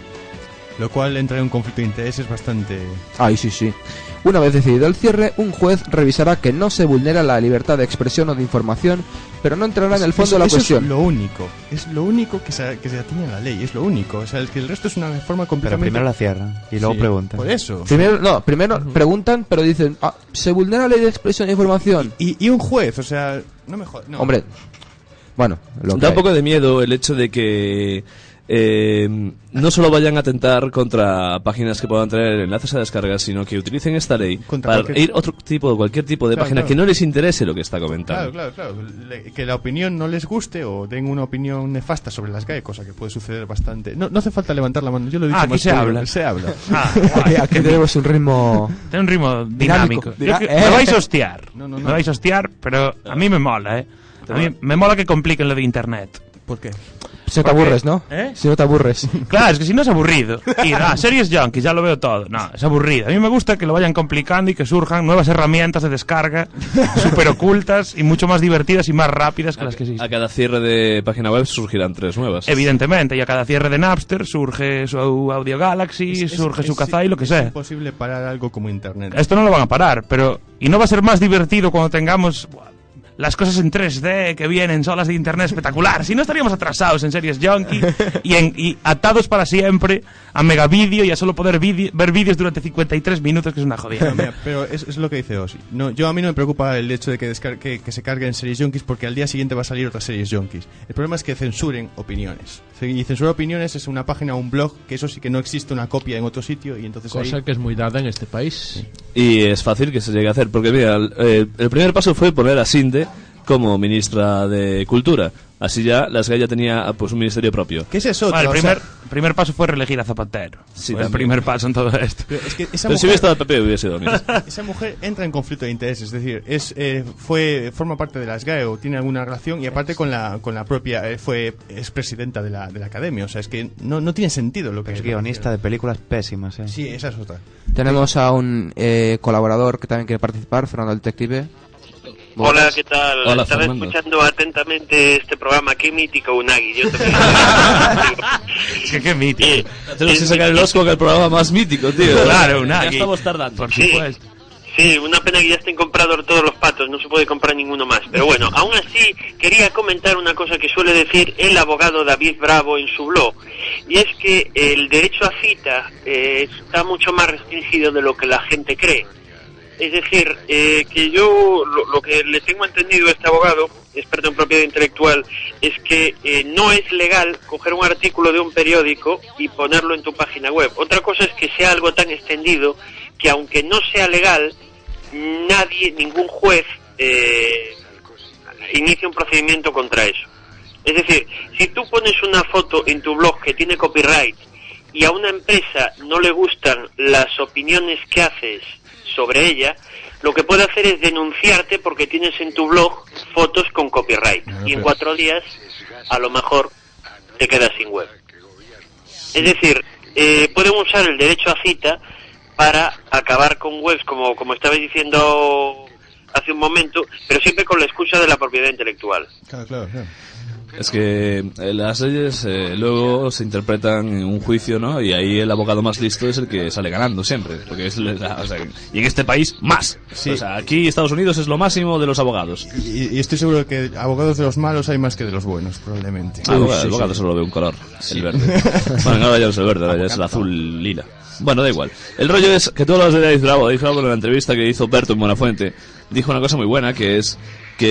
Lo cual entra en un conflicto de intereses bastante...
Ay, sí, sí. Una vez decidido el cierre, un juez revisará que no se vulnera la libertad de expresión o de información, pero no entrará en el fondo
Eso-
de la
eso
cuestión.
Es lo único. Es lo único que se, que se atiene a la ley. Es lo único. O sea, el, que el resto es una forma completamente.
primero la cierran y luego preguntan.
Por eso.
Primero, no, primero preguntan, pero dicen, "Ah, se vulnera la ley de expresión e información.
Y, y un juez, o sea, no me jodas. no.
Hombre, bueno, lo que
da
hay.
un poco de miedo el hecho de que eh, no solo vayan a atentar contra páginas que puedan traer enlaces a descargas, sino que utilicen esta ley
Contra
para
cualquier-
ir otro tipo, cualquier tipo de
Claro,
página
claro.
que no les interese lo que está
Claro,
comentando.
claro, claro. Le- que la opinión no les guste o den una opinión nefasta sobre las GAE, cosa que puede suceder bastante. No, no hace falta levantar la mano, yo lo he dicho
Ah,
más
aquí se
que-
habla.
Se habla.
Ah,
Aquí- aquí tenemos un ritmo.
Tiene un ritmo
Dinámico.
dinámico.
Diná-
Yo que-
eh.
Me vais a hostiar.
No, no, no.
Me vais a hostiar, pero a mí me mola, ¿eh? A mí me mola que compliquen lo de Internet.
¿Por qué?
Si no te
Porque-
aburres, ¿no?
¿Eh?
Si no te aburres.
Claro, es que si no es aburrido. Y nada, series junkies, ya lo veo todo. No, es aburrido. A mí me gusta que lo vayan complicando y que surjan nuevas herramientas de descarga súper ocultas y mucho más divertidas y más rápidas que las que
A
existen.
cada cierre de página web surgirán tres nuevas.
Evidentemente, y a cada cierre de Napster surge su Audio Galaxy,
Es- es-
surge su
es-
Kazai, lo que
es
sea.
imposible parar algo como Internet.
Esto no lo van a parar, pero... Y no va a ser más divertido cuando tengamos buah, las cosas en 3D que vienen, solas de internet espectacular. Si no estaríamos atrasados en series junkie y, en- y atados para siempre a megavideo y a solo poder vide- ver vídeos durante 53 minutos, que es una jodida.
Pero, mira, pero es, es lo que dice Osi. No, yo a mí no me preocupa el hecho de que, descar- que, que se carguen series junkies porque al día siguiente va a salir otra series junkies. El problema es que censuren opiniones. Ce- Y censurar opiniones es una página o un blog que eso sí que no existe una copia en otro sitio y entonces ahí-
Cosa que es muy dada en este país.
Y es fácil que se llegue a hacer, porque mira, el, eh, el primer paso fue poner a Sinde como ministra de Cultura. Así ya, las GAE ya tenía pues, un ministerio propio.
¿Qué es eso?
Bueno, el primer, el primer paso fue reelegir a Zapatero.
Sí,
Fue el
también.
primer paso en todo esto.
es que esa
Pero si hubiera
mujer,
estado el PP hubiera sido ministra.
esa mujer entra en conflicto de intereses, es decir, es eh, fue forma parte de las GAE o tiene alguna relación y aparte con la con la propia eh, fue es presidenta de la, de la academia, o sea, es que no, no tiene sentido lo que
Es guionista de películas pésimas, ¿eh?
Sí, esa es otra.
Tenemos a un eh, colaborador que también quiere participar, Fernando el Detective.
Hola, ¿qué tal?
Hola,
Estaba
Fernando.
escuchando atentamente este programa. Qué mítico Unagi. Yo también.
Es que qué mítico.
Tenemos que sacar el Oscar al programa más mítico, tío.
Eh, Claro, una.
Ya estamos tardando.
Por
Sí.
supuesto.
Sí, una pena que ya estén comprados todos los patos. No se puede comprar ninguno más. Pero bueno, aún así quería comentar una cosa que suele decir el abogado David Bravo en su blog. Y es que el derecho a cita eh, está mucho más restringido de lo que la gente cree. Es decir, eh, que yo lo, lo que le tengo entendido a este abogado, experto en propiedad intelectual, es que eh, no es legal coger un artículo de un periódico y ponerlo en tu página web. Otra cosa es que sea algo tan extendido que aunque no sea legal, nadie, ningún juez eh, inicia un procedimiento contra eso. Es decir, si tú pones una foto en tu blog que tiene copyright y a una empresa no le gustan las opiniones que haces sobre ella, lo que puede hacer es denunciarte porque tienes en tu blog fotos con copyright. Y en cuatro días, a lo mejor, te quedas sin web. Es decir, eh, pueden usar el derecho a cita para acabar con webs, como, como estabais diciendo hace un momento, pero siempre con la excusa de la propiedad intelectual.
Claro, claro, claro.
Es que eh, las leyes eh, luego se interpretan en un juicio, ¿no? Y ahí el abogado más listo es el que sale ganando siempre. Porque es la- o sea, y en este país, más. O sea, aquí Estados Unidos es lo máximo de los abogados.
Y, y estoy seguro que abogados de los malos hay más que de los buenos, probablemente.
Ah, abogado, abogado solo ve un color, el verde. bueno, ahora ya no es el verde, ahora ya es el azul lila. Bueno, da igual. El rollo es que todos los de David Bravo, David Bravo en la entrevista que hizo Berto en Buenafuente, dijo una cosa muy buena, que es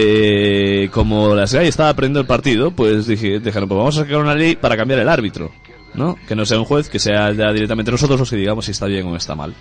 que como las GAI estaba perdiendo el partido, pues dije, dijeron, pues vamos a sacar una ley para cambiar el árbitro, ¿no? Que no sea un juez, que sea ya directamente nosotros los que digamos si está bien o está mal.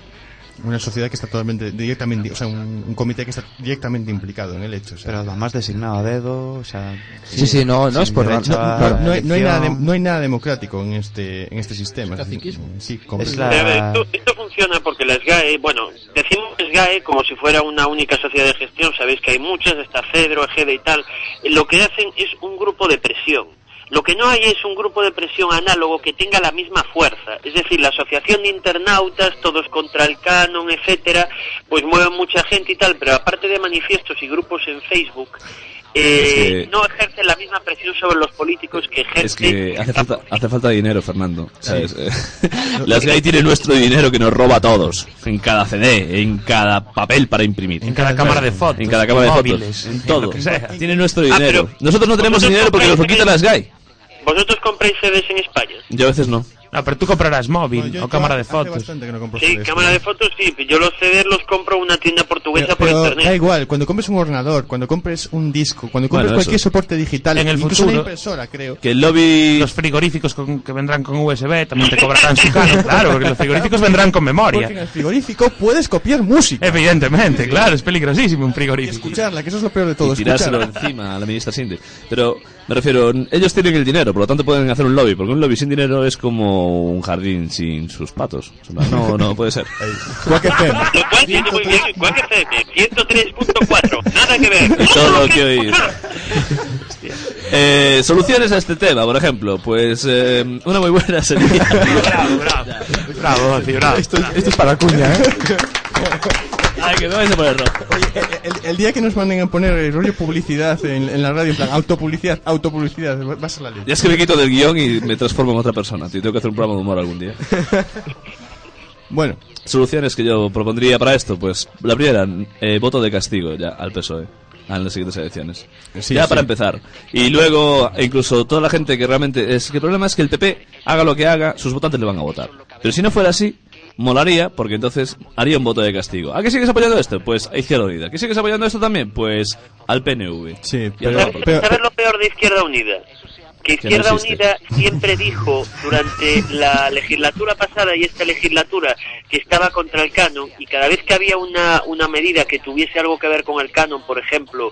una sociedad que está totalmente directamente, o sea, un, un comité que está directamente implicado en el hecho. o sea.
Pero además designado a dedo, o sea...
Sí,
sí, no, no
sin
es por-
derecho
no,
a
Claro, no, hay, no hay nada de-
elección.
no hay nada democrático en este, en este sistema. Es Sí,
Es
completo.
la-
Pero, a ver, esto, esto funciona porque las GAE, bueno, decimos las GAE como si fuera una única sociedad de gestión, sabéis que hay muchas, está Cedro, Egeda y tal. Lo que hacen es un grupo de presión. Lo que no hay es un grupo de presión análogo que tenga la misma fuerza. Es decir, la asociación de internautas, todos contra el canon, etcétera, pues mueven mucha gente y tal, pero aparte de manifiestos y grupos en Facebook, eh,
Es que-
no ejercen la misma presión sobre los políticos que ejercen.
Es que hace falta, hace falta dinero, Fernando. ¿sabes?
Lo
Las
que-
GAI tiene nuestro dinero que nos roba a todos. En cada CD, en cada papel para imprimir. En
cada cámara de fotos,
En cada cámara de
móviles,
fotos.
en
En
lo
todo.
que sea. Ah,
Tiene nuestro dinero. Nosotros no tenemos dinero porque nos lo quitan las GAI.
¿Vosotros compráis CDs en España?
Yo a veces no.
No, pero tú comprarás móvil o cámara de fotos.
Sí, cámara de fotos sí. Yo los CDs los compro en una tienda portuguesa por
Pero
internet.
da igual, cuando compres un ordenador, cuando compres un disco, cuando compres
Bueno, eso.
cualquier soporte digital,
en el
incluso una
futuro
impresora, creo.
que el lobby
los frigoríficos con- que vendrán con USB también te cobrarán su caro claro porque los frigoríficos vendrán con memoria
Porque en el frigorífico puedes copiar música.
evidentemente claro es peligrosísimo un frigorífico
Escucharla, que eso es lo peor de todo.
y tirárselo
escucharla.
encima a la ministra Cindy. Pero me refiero, n- ellos tienen el dinero, por lo tanto pueden hacer un lobby, porque un lobby sin dinero es como un jardín sin sus patos. O sea, No, no puede ser.
Lo cual tiene muy bien. ¿Cuál FM? 103.4. Nada que ver.
Es todo lo que oír. Eh, soluciones a este tema, por ejemplo, pues eh, una muy buena sería. bravo,
bravo, bravo, bravo.
Esto, esto es para cuña, ¿eh?
Ay, que no vais a poner rojo.
El, el día que nos manden a poner el rollo publicidad en, en la radio, en plan autopublicidad, autopublicidad, va va a ser la ley.
Ya es que me quito del guión y me transformo en otra persona. Tío, tengo que hacer un programa de humor algún día.
Bueno.
Soluciones que yo propondría para esto, pues la primera, eh, voto de castigo ya al PSOE E, en las siguientes elecciones.
Sí,
ya
sí.
para empezar. Y luego, incluso toda la gente que realmente... es que El problema es que el PP haga lo que haga, sus votantes le van a votar. Pero si no fuera así, molaría, porque entonces haría un voto de castigo. ¿A qué sigues apoyando esto? Pues a Izquierda Unida. ¿A qué sigues apoyando esto también? Pues al PNV.
Sí,
¿Sabes, sabes lo peor de Izquierda Unida? Que
Que no
Izquierda
existe.
Unida siempre dijo durante la legislatura pasada y esta legislatura que estaba contra el canon y cada vez que había una, una medida que tuviese algo que ver con el canon, por ejemplo,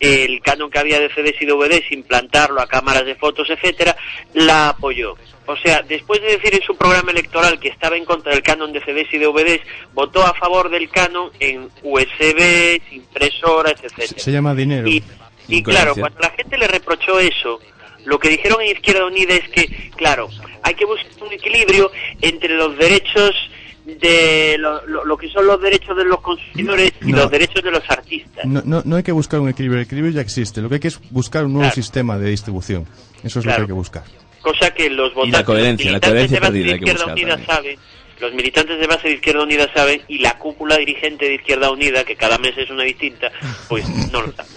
el canon que había de CDs y DVDs, implantarlo a cámaras de fotos, etcétera, la apoyó. O sea, después de decir en su programa electoral que estaba en contra del canon de CDs y DVDs, votó a favor del canon en USB, impresoras, etcétera.
Se llama dinero.
Y claro, cuando la gente le reprochó eso, lo que dijeron en Izquierda Unida es que, claro, hay que buscar un equilibrio entre los derechos de lo, lo- lo que son los derechos de los consumidores y
No.
los derechos de los artistas.
No, no, no hay que buscar un equilibrio, el equilibrio ya existe. Lo que hay que es buscar un nuevo
Claro.
sistema de distribución. Eso es lo que hay que buscar.
Cosa que los votantes
coherencia, la
los militantes
coherencia
de base
perdida
de
hay que
Izquierda
buscar
Unida saben, los militantes de base de Izquierda Unida saben y la cúpula dirigente de Izquierda Unida, que cada mes es una distinta, pues no lo sabe.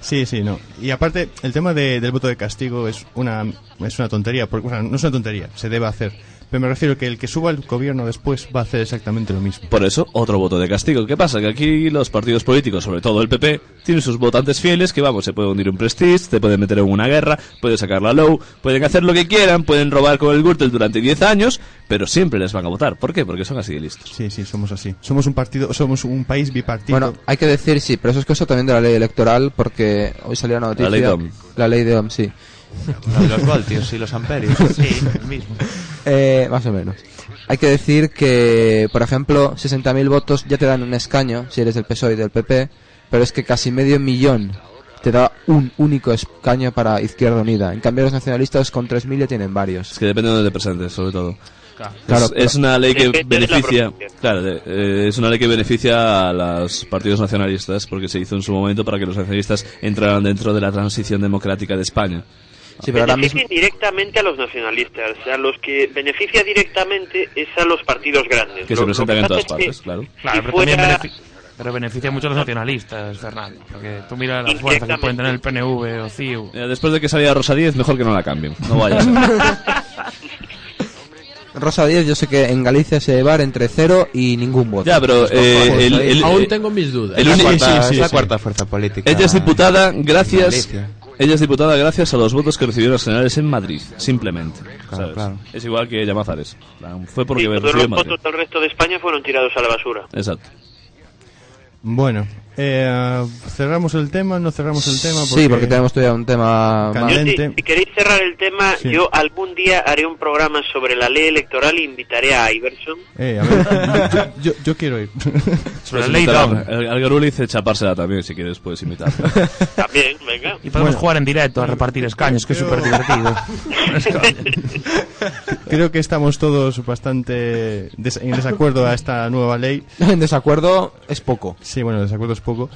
Sí, sí, no. Y aparte, el tema de- del voto de castigo es una, es una tontería. Porque, bueno, no es una tontería, se debe hacer. Pero me refiero que el que suba al gobierno después va a hacer exactamente lo mismo.
Por eso, otro voto de castigo. ¿Qué pasa? Que aquí los partidos políticos, sobre todo el PP, tienen sus votantes fieles que, vamos, se puede hundir un Prestige, te pueden meter en una guerra, pueden sacar la low, pueden hacer lo que quieran, pueden robar con el Gürtel durante 10 años, pero siempre les van a votar. ¿Por qué? Porque son así de listos.
Sí, sí, somos así. Somos un partido, somos un país bipartito.
Bueno, hay que decir, sí, pero eso es cosa también de la ley electoral, porque hoy salió una noticia.
La ley de OM.
La ley de OM, sí.
La de los voltios y los amperios. Sí, el mismo.
Eh, más o menos. Hay que decir que, por ejemplo, 60.000 votos ya te dan un escaño, si eres del PSOE E y del PP, pero es que casi medio millón te da un único escaño para Izquierda Unida. En cambio, los nacionalistas con 3.000 ya tienen varios.
Es que depende de donde te presentes, sobre todo. es,
Claro,
es
pero-
una ley que
Depende de la
beneficia claro de- eh, es una ley que beneficia a los partidos nacionalistas porque se hizo en su momento para que los nacionalistas entraran dentro de la transición democrática de España
sí
Beneficia directamente a los nacionalistas, a los que beneficia directamente es a los partidos grandes.
que se
Lo- lo
presentan en
que
todas
pasa es que
partes claro
claro
Si
pero también
fuera-
beneficia, pero beneficia mucho a los nacionalistas Fernando porque tú mira la fuerza que pueden tener el PNV o CIU
Eh, después de que saliera Rosadíez mejor que no la cambien no vaya a ser.
Rosa Díaz, yo sé que en Galicia se va entre cero y ningún voto.
Ya, pero, eh, el- el- Aún eh, tengo mis dudas. el único-
es la cuarta,
Sí, sí,
es la
sí.
cuarta fuerza política.
ella es diputada
en
gracias
Galicia.
Ella es diputada gracias a los votos que recibieron los generales en Madrid, simplemente. ¿sabes?
claro.
Es igual que Llamazares. En plan, Fue porque me
Todos
recibió
los
en Madrid.
votos del resto de España fueron tirados a la basura.
Exacto.
Bueno, eh, cerramos el tema, no cerramos el tema.
Sí, porque tenemos todavía un tema
Yo, si, si queréis cerrar el tema,
Sí.
yo algún día haré un programa sobre la ley electoral y invitaré a Iverson.
Eh, a ver, yo, yo quiero ir.
Pues
Puedes imitar a- Al al Garulli dice chapársela también, si quieres puedes imitar.
También, venga.
Y podemos
Bueno.
jugar en directo a repartir escaños, que es súper divertido.
Creo que estamos todos bastante des- en desacuerdo a esta nueva ley.
En desacuerdo es poco.
Sí, bueno, desacuerdo es poco.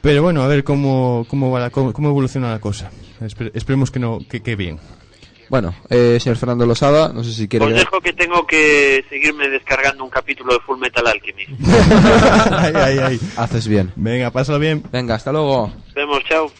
Pero bueno, a ver cómo, cómo, va la co- cómo evoluciona la cosa. Espe- esperemos que, no, que, que bien.
Bueno, eh, señor Fernando Losada, no sé si quiere...
Os dejo que tengo que seguirme descargando un capítulo de Full Metal Alchemy.
Ay, ay, ay.
Haces bien.
Venga, pásalo bien.
Venga, hasta luego.
Nos vemos, chao.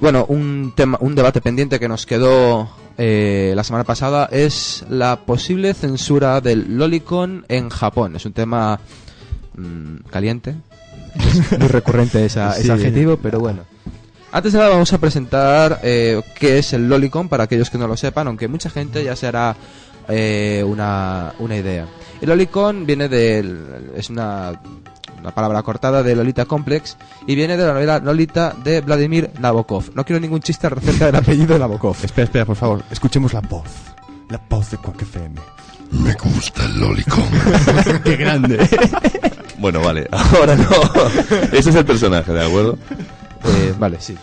Bueno, un tema, un debate pendiente que nos quedó eh, la semana pasada es la posible censura del lolicon en Japón. Es un tema mm, caliente. Es muy recurrente esa-
Sí.
ese adjetivo, pero bueno. Antes de nada vamos a presentar eh, qué es el lolicon para aquellos que no lo sepan, aunque mucha gente ya se hará eh, una, una idea. El lolicon viene del es una una palabra cortada de Lolita Complex y viene de la novela Lolita de Vladimir Nabokov. No quiero ningún chiste acerca del apellido de Nabokov.
Espera, espera, por favor, escuchemos la voz. La voz de Quack FM. Me gusta el lolicon. Qué grande.
Bueno, vale, ahora no. Ese es el personaje, ¿de acuerdo?
Eh, vale, sí.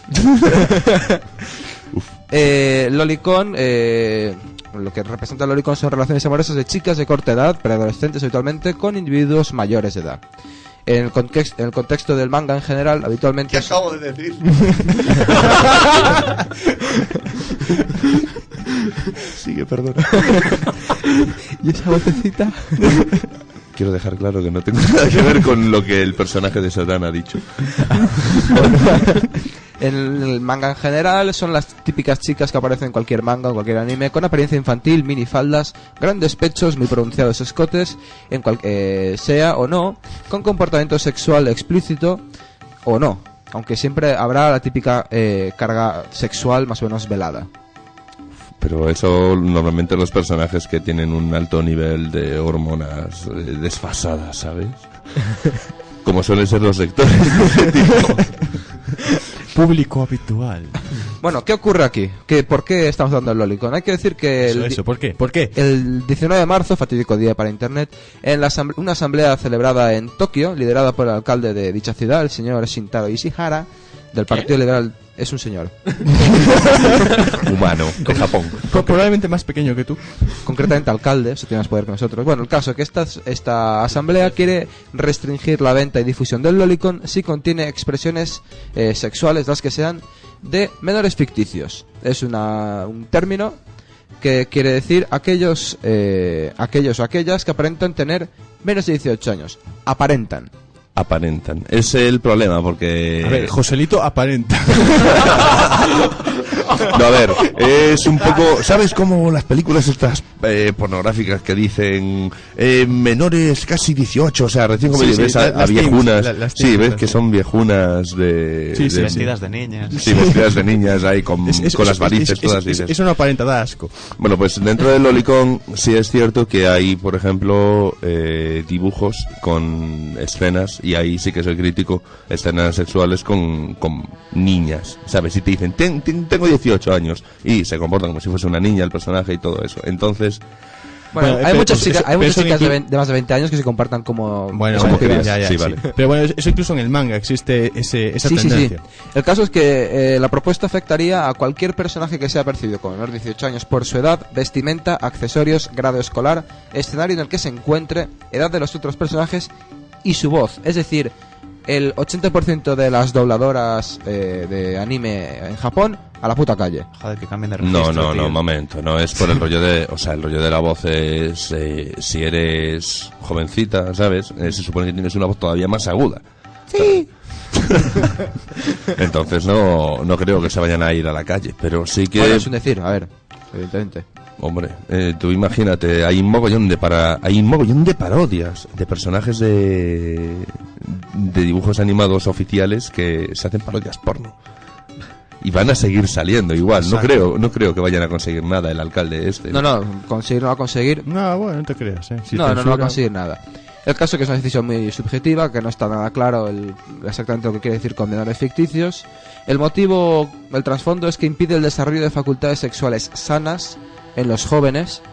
Eh, Lolicon, eh, lo que representa Lolicon son relaciones amorosas de chicas de corta edad, preadolescentes habitualmente, con individuos mayores de edad. En el, contex- en el contexto del manga en general, habitualmente...
¿Qué
es-
acabo de decir?
Sigue, perdón.
¿Y esa vocecita?
Quiero dejar claro que no tengo nada que ver con lo que el personaje de Satán ha dicho.
en el manga en general son las típicas chicas que aparecen en cualquier manga o cualquier anime con apariencia infantil, minifaldas, grandes pechos, muy pronunciados escotes, en cual eh, sea o no, con comportamiento sexual explícito o no, aunque siempre habrá la típica eh, carga sexual más o menos velada.
Pero eso normalmente los personajes que tienen un alto nivel de hormonas eh, desfasadas, ¿sabes? Como suelen ser los lectores de ese tipo.
Público habitual.
Bueno, ¿qué ocurre aquí? ¿Qué, ¿Por qué estamos dando el Lolicon? Hay que decir que...
Eso,
el di-
eso, ¿por qué? ¿Por qué?
El 19 de marzo, fatídico día para Internet, en la asamble- una asamblea celebrada en Tokio, liderada por el alcalde de dicha ciudad, el señor Shintaro Ishihara, del Partido Liberal... Es un señor.
Humano, de Japón.
Probablemente más pequeño que tú.
concretamente alcalde, o sea, tiene más poder que nosotros. Bueno, el caso es que esta, esta asamblea quiere restringir la venta y difusión del Lolicon si contiene expresiones eh, sexuales, las que sean, de menores ficticios. Es una, un término que quiere decir aquellos, eh, aquellos o aquellas que aparentan tener menos de 18 años. Aparentan.
Aparentan. Es el problema, porque...
A ver, Joselito aparenta.
No, a ver, es un poco... ¿Sabes cómo las películas estas eh, pornográficas que dicen eh, menores casi 18, o sea, recién como
Sí,
ves
sí,
a,
la-
a
las teens,
viejunas...
la- las
sí,
teens,
ves
las
que son viejunas de...
Sí, sí, vestidas de niñas.
Sí, vestidas de niñas ahí con,
Es-
con
es-
las varices
es- es-
todas.
es-
dices.
Eso no aparenta, da asco.
Bueno, pues dentro del Lolicon sí es cierto que hay, por ejemplo, eh, dibujos con escenas, y ahí sí que soy crítico, escenas sexuales con, con niñas, ¿sabes? Si te dicen, "Ten- ten- tengo 18 años, y se comportan como si fuese una niña el personaje y todo eso. Entonces,
Bueno,
Bueno,
hay
pe-
muchas
pues,
chicas,
eso-
hay
pero
muchas
eso
chicas
inclu-
de, vein- de más de 20 años que se compartan como.
Bueno,
como
vale,
crías.
ya, ya, sí. Pero bueno, eso incluso en el manga existe ese, esa
Sí, sí, sí.
tendencia.
El caso es que eh, la propuesta afectaría a cualquier personaje que sea percibido como menor de 18 años por su edad, vestimenta, accesorios, grado escolar, escenario en el que se encuentre, edad de los otros personajes y su voz. Es decir, el 80% de las dobladoras eh, de anime en Japón a la puta calle.
Joder, que cambien de
No, no, no, momento, no es por el rollo de, o sea, el rollo de la voz es eh, si eres jovencita, ¿sabes? Eh, se supone que tienes una voz todavía más aguda.
Sí.
Entonces no, no creo que se vayan a ir a la calle, pero sí que
Bueno, es un decir, a ver, evidentemente.
Hombre, eh, tú imagínate, hay un mogollón de para, hay un mogollón de parodias de personajes de de dibujos animados oficiales que se hacen parodias porno. Y van a seguir saliendo igual, no
Exacto.
creo, no creo que vayan a conseguir nada el alcalde este.
No, no, conseguir no va a conseguir.
No, bueno, no te creas, eh. Si
no, no, no va a
censura-
conseguir nada. El caso es que es una decisión muy subjetiva, que no está nada claro el- exactamente lo que quiere decir con menores ficticios. El motivo, el trasfondo es que impide el desarrollo de facultades sexuales sanas en los jóvenes.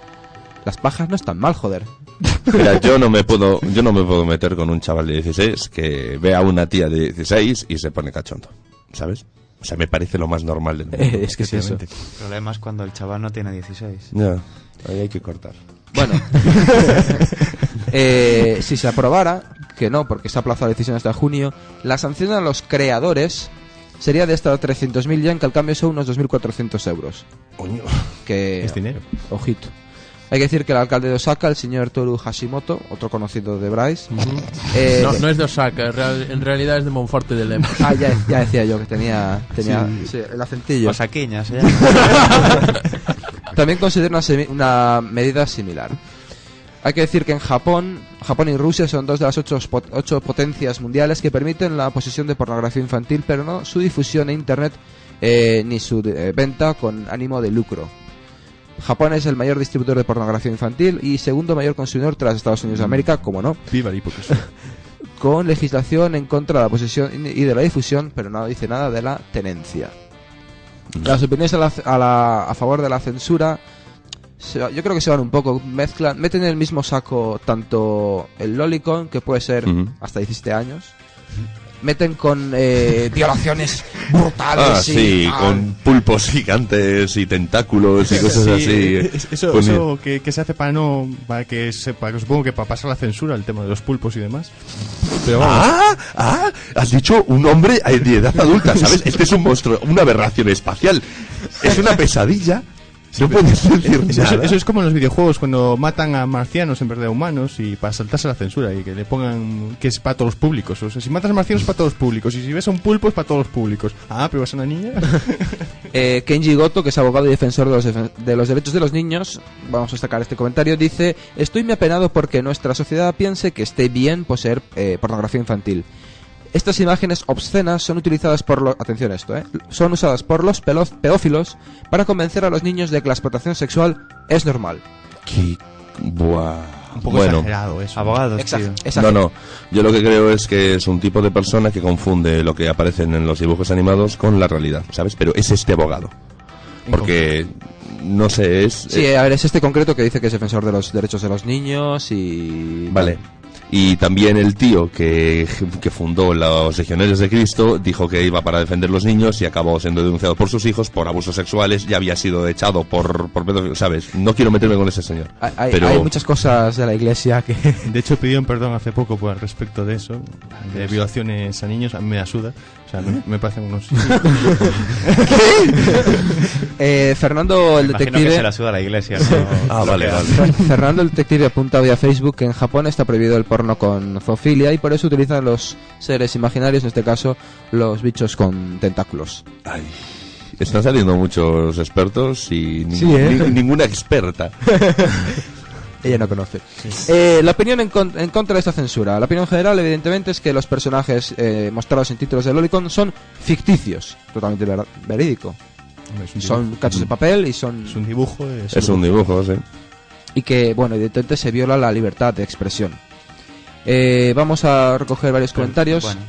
Las pajas no están mal, joder.
Mira, yo no me puedo, yo no me puedo meter con un chaval de 16 que ve a una tía de 16 y se pone cachondo, ¿sabes? O sea, me parece lo más normal del mundo.
Eh,
Efectivamente. El problema es cuando el chaval no tiene 16.
Ya, ahí hay que cortar.
Bueno, eh, si se aprobara, que no, porque se ha aplazado la decisión hasta junio, la sanción a los creadores sería de hasta 300.000 yen, que al cambio son unos 2.400 euros.
Coño.
Que,
Es dinero.
Ojito. Hay que decir que el alcalde de Osaka, el señor Toru Hashimoto, otro conocido de Bryce, eh,
no, no es de Osaka, en real- en realidad es de Monforte de Lemos.
Ah, ya, ya decía yo que tenía, tenía sí, el acentillo.
Osaqueña se
También considera una, semi- una medida similar. Hay que decir que en Japón, Japón y Rusia son dos de las ocho, pot- ocho potencias mundiales que permiten la posesión de pornografía infantil, pero no su difusión en Internet eh, ni su eh, venta con ánimo de lucro. Japón es el mayor distribuidor de pornografía infantil y segundo mayor consumidor tras Estados Unidos de América, como no.
Mm. Viva la hipocresía.
Con legislación en contra de la posesión y de la difusión, pero no dice nada de la tenencia.
Mm.
Las opiniones a, la, a, la- a favor de la censura, se- yo creo que se van un poco, mezclan, meten en el mismo saco tanto el Lolicon, que puede ser
Ujú.
hasta 17 años, meten con eh, violaciones brutales
Ah,
y
sí,
tal.
con pulpos gigantes y tentáculos y Pues cosas
Sí,
así. eh. Pues
es- Eso,
Con-
eso que, que se hace para no. Para que se, para que supongo que para pasar la censura, el tema de los pulpos y demás. Pero vamos.
Ah, ah, has dicho un hombre eh, de edad adulta, ¿sabes? Este es un monstruo, una aberración espacial. Es una pesadilla. No puedes decir
Eso,
nada.
eso es como en los videojuegos, cuando matan a marcianos en vez de a humanos y para saltarse la censura y que le pongan que es para todos los públicos. O sea, si matas a marcianos es para todos los públicos y si ves a un pulpo es para todos los públicos. Ah, pero vas a una niña.
Eh, Kenji Goto, que es abogado y defensor de los, defen- de los derechos de los niños, vamos a destacar este comentario, dice, estoy muy apenado porque nuestra sociedad piense que esté bien poseer eh, pornografía infantil. Estas imágenes obscenas son utilizadas por los... Atención a esto, ¿eh? Son usadas por los pelo- pedófilos para convencer a los niños de que la explotación sexual es normal.
Qué- Buah.
poco
bueno.
exagerado eso.
Abogados,
Exager-
tío.
No,
exager-
no. Yo lo que creo es que es un tipo de persona que confunde lo que aparecen en los dibujos animados con la realidad, ¿sabes? Pero es este abogado. Porque, no sé, es...
Sí, a ver, es este concreto que dice que es defensor de los derechos de los niños y...
Vale. Y también el tío que, que fundó los Legionarios de Cristo dijo que iba para defender los niños y acabó siendo denunciado por sus hijos por abusos sexuales y había sido echado por, por pedofilia, ¿sabes? No quiero meterme con ese señor.
Hay, hay-
pero
hay muchas cosas de la iglesia que...
De hecho, pidieron perdón hace poco por al respecto de eso, de violaciones a niños. A mí me asuda. O sea, me, me parecen unos.
Eh, Fernando, el
Imagino
detective...
que se la suda la iglesia. ¿no?
Ah,
Lo
vale,
que
vale.
hace.
Fer- Fernando el detective apunta vía Facebook que en Japón está prohibido el porno con zoofilia y por eso utilizan los seres imaginarios, en este caso los bichos con tentáculos.
Ay, están saliendo muchos expertos y ni-
Sí, ¿eh?
ni- ninguna experta.
Ella no conoce. Eh, la opinión en, con- en contra de esta censura. La opinión general, evidentemente, es que los personajes eh, mostrados en títulos de Lolicon son ficticios. Totalmente ver- verídico.
Hombre, es un
Son
dibujo.
cachos de papel y son...
Es un dibujo. Es,
Es un dibujo, sí.
y que, bueno, evidentemente se viola la libertad de expresión. Eh, vamos a recoger varios comentarios.
Bueno,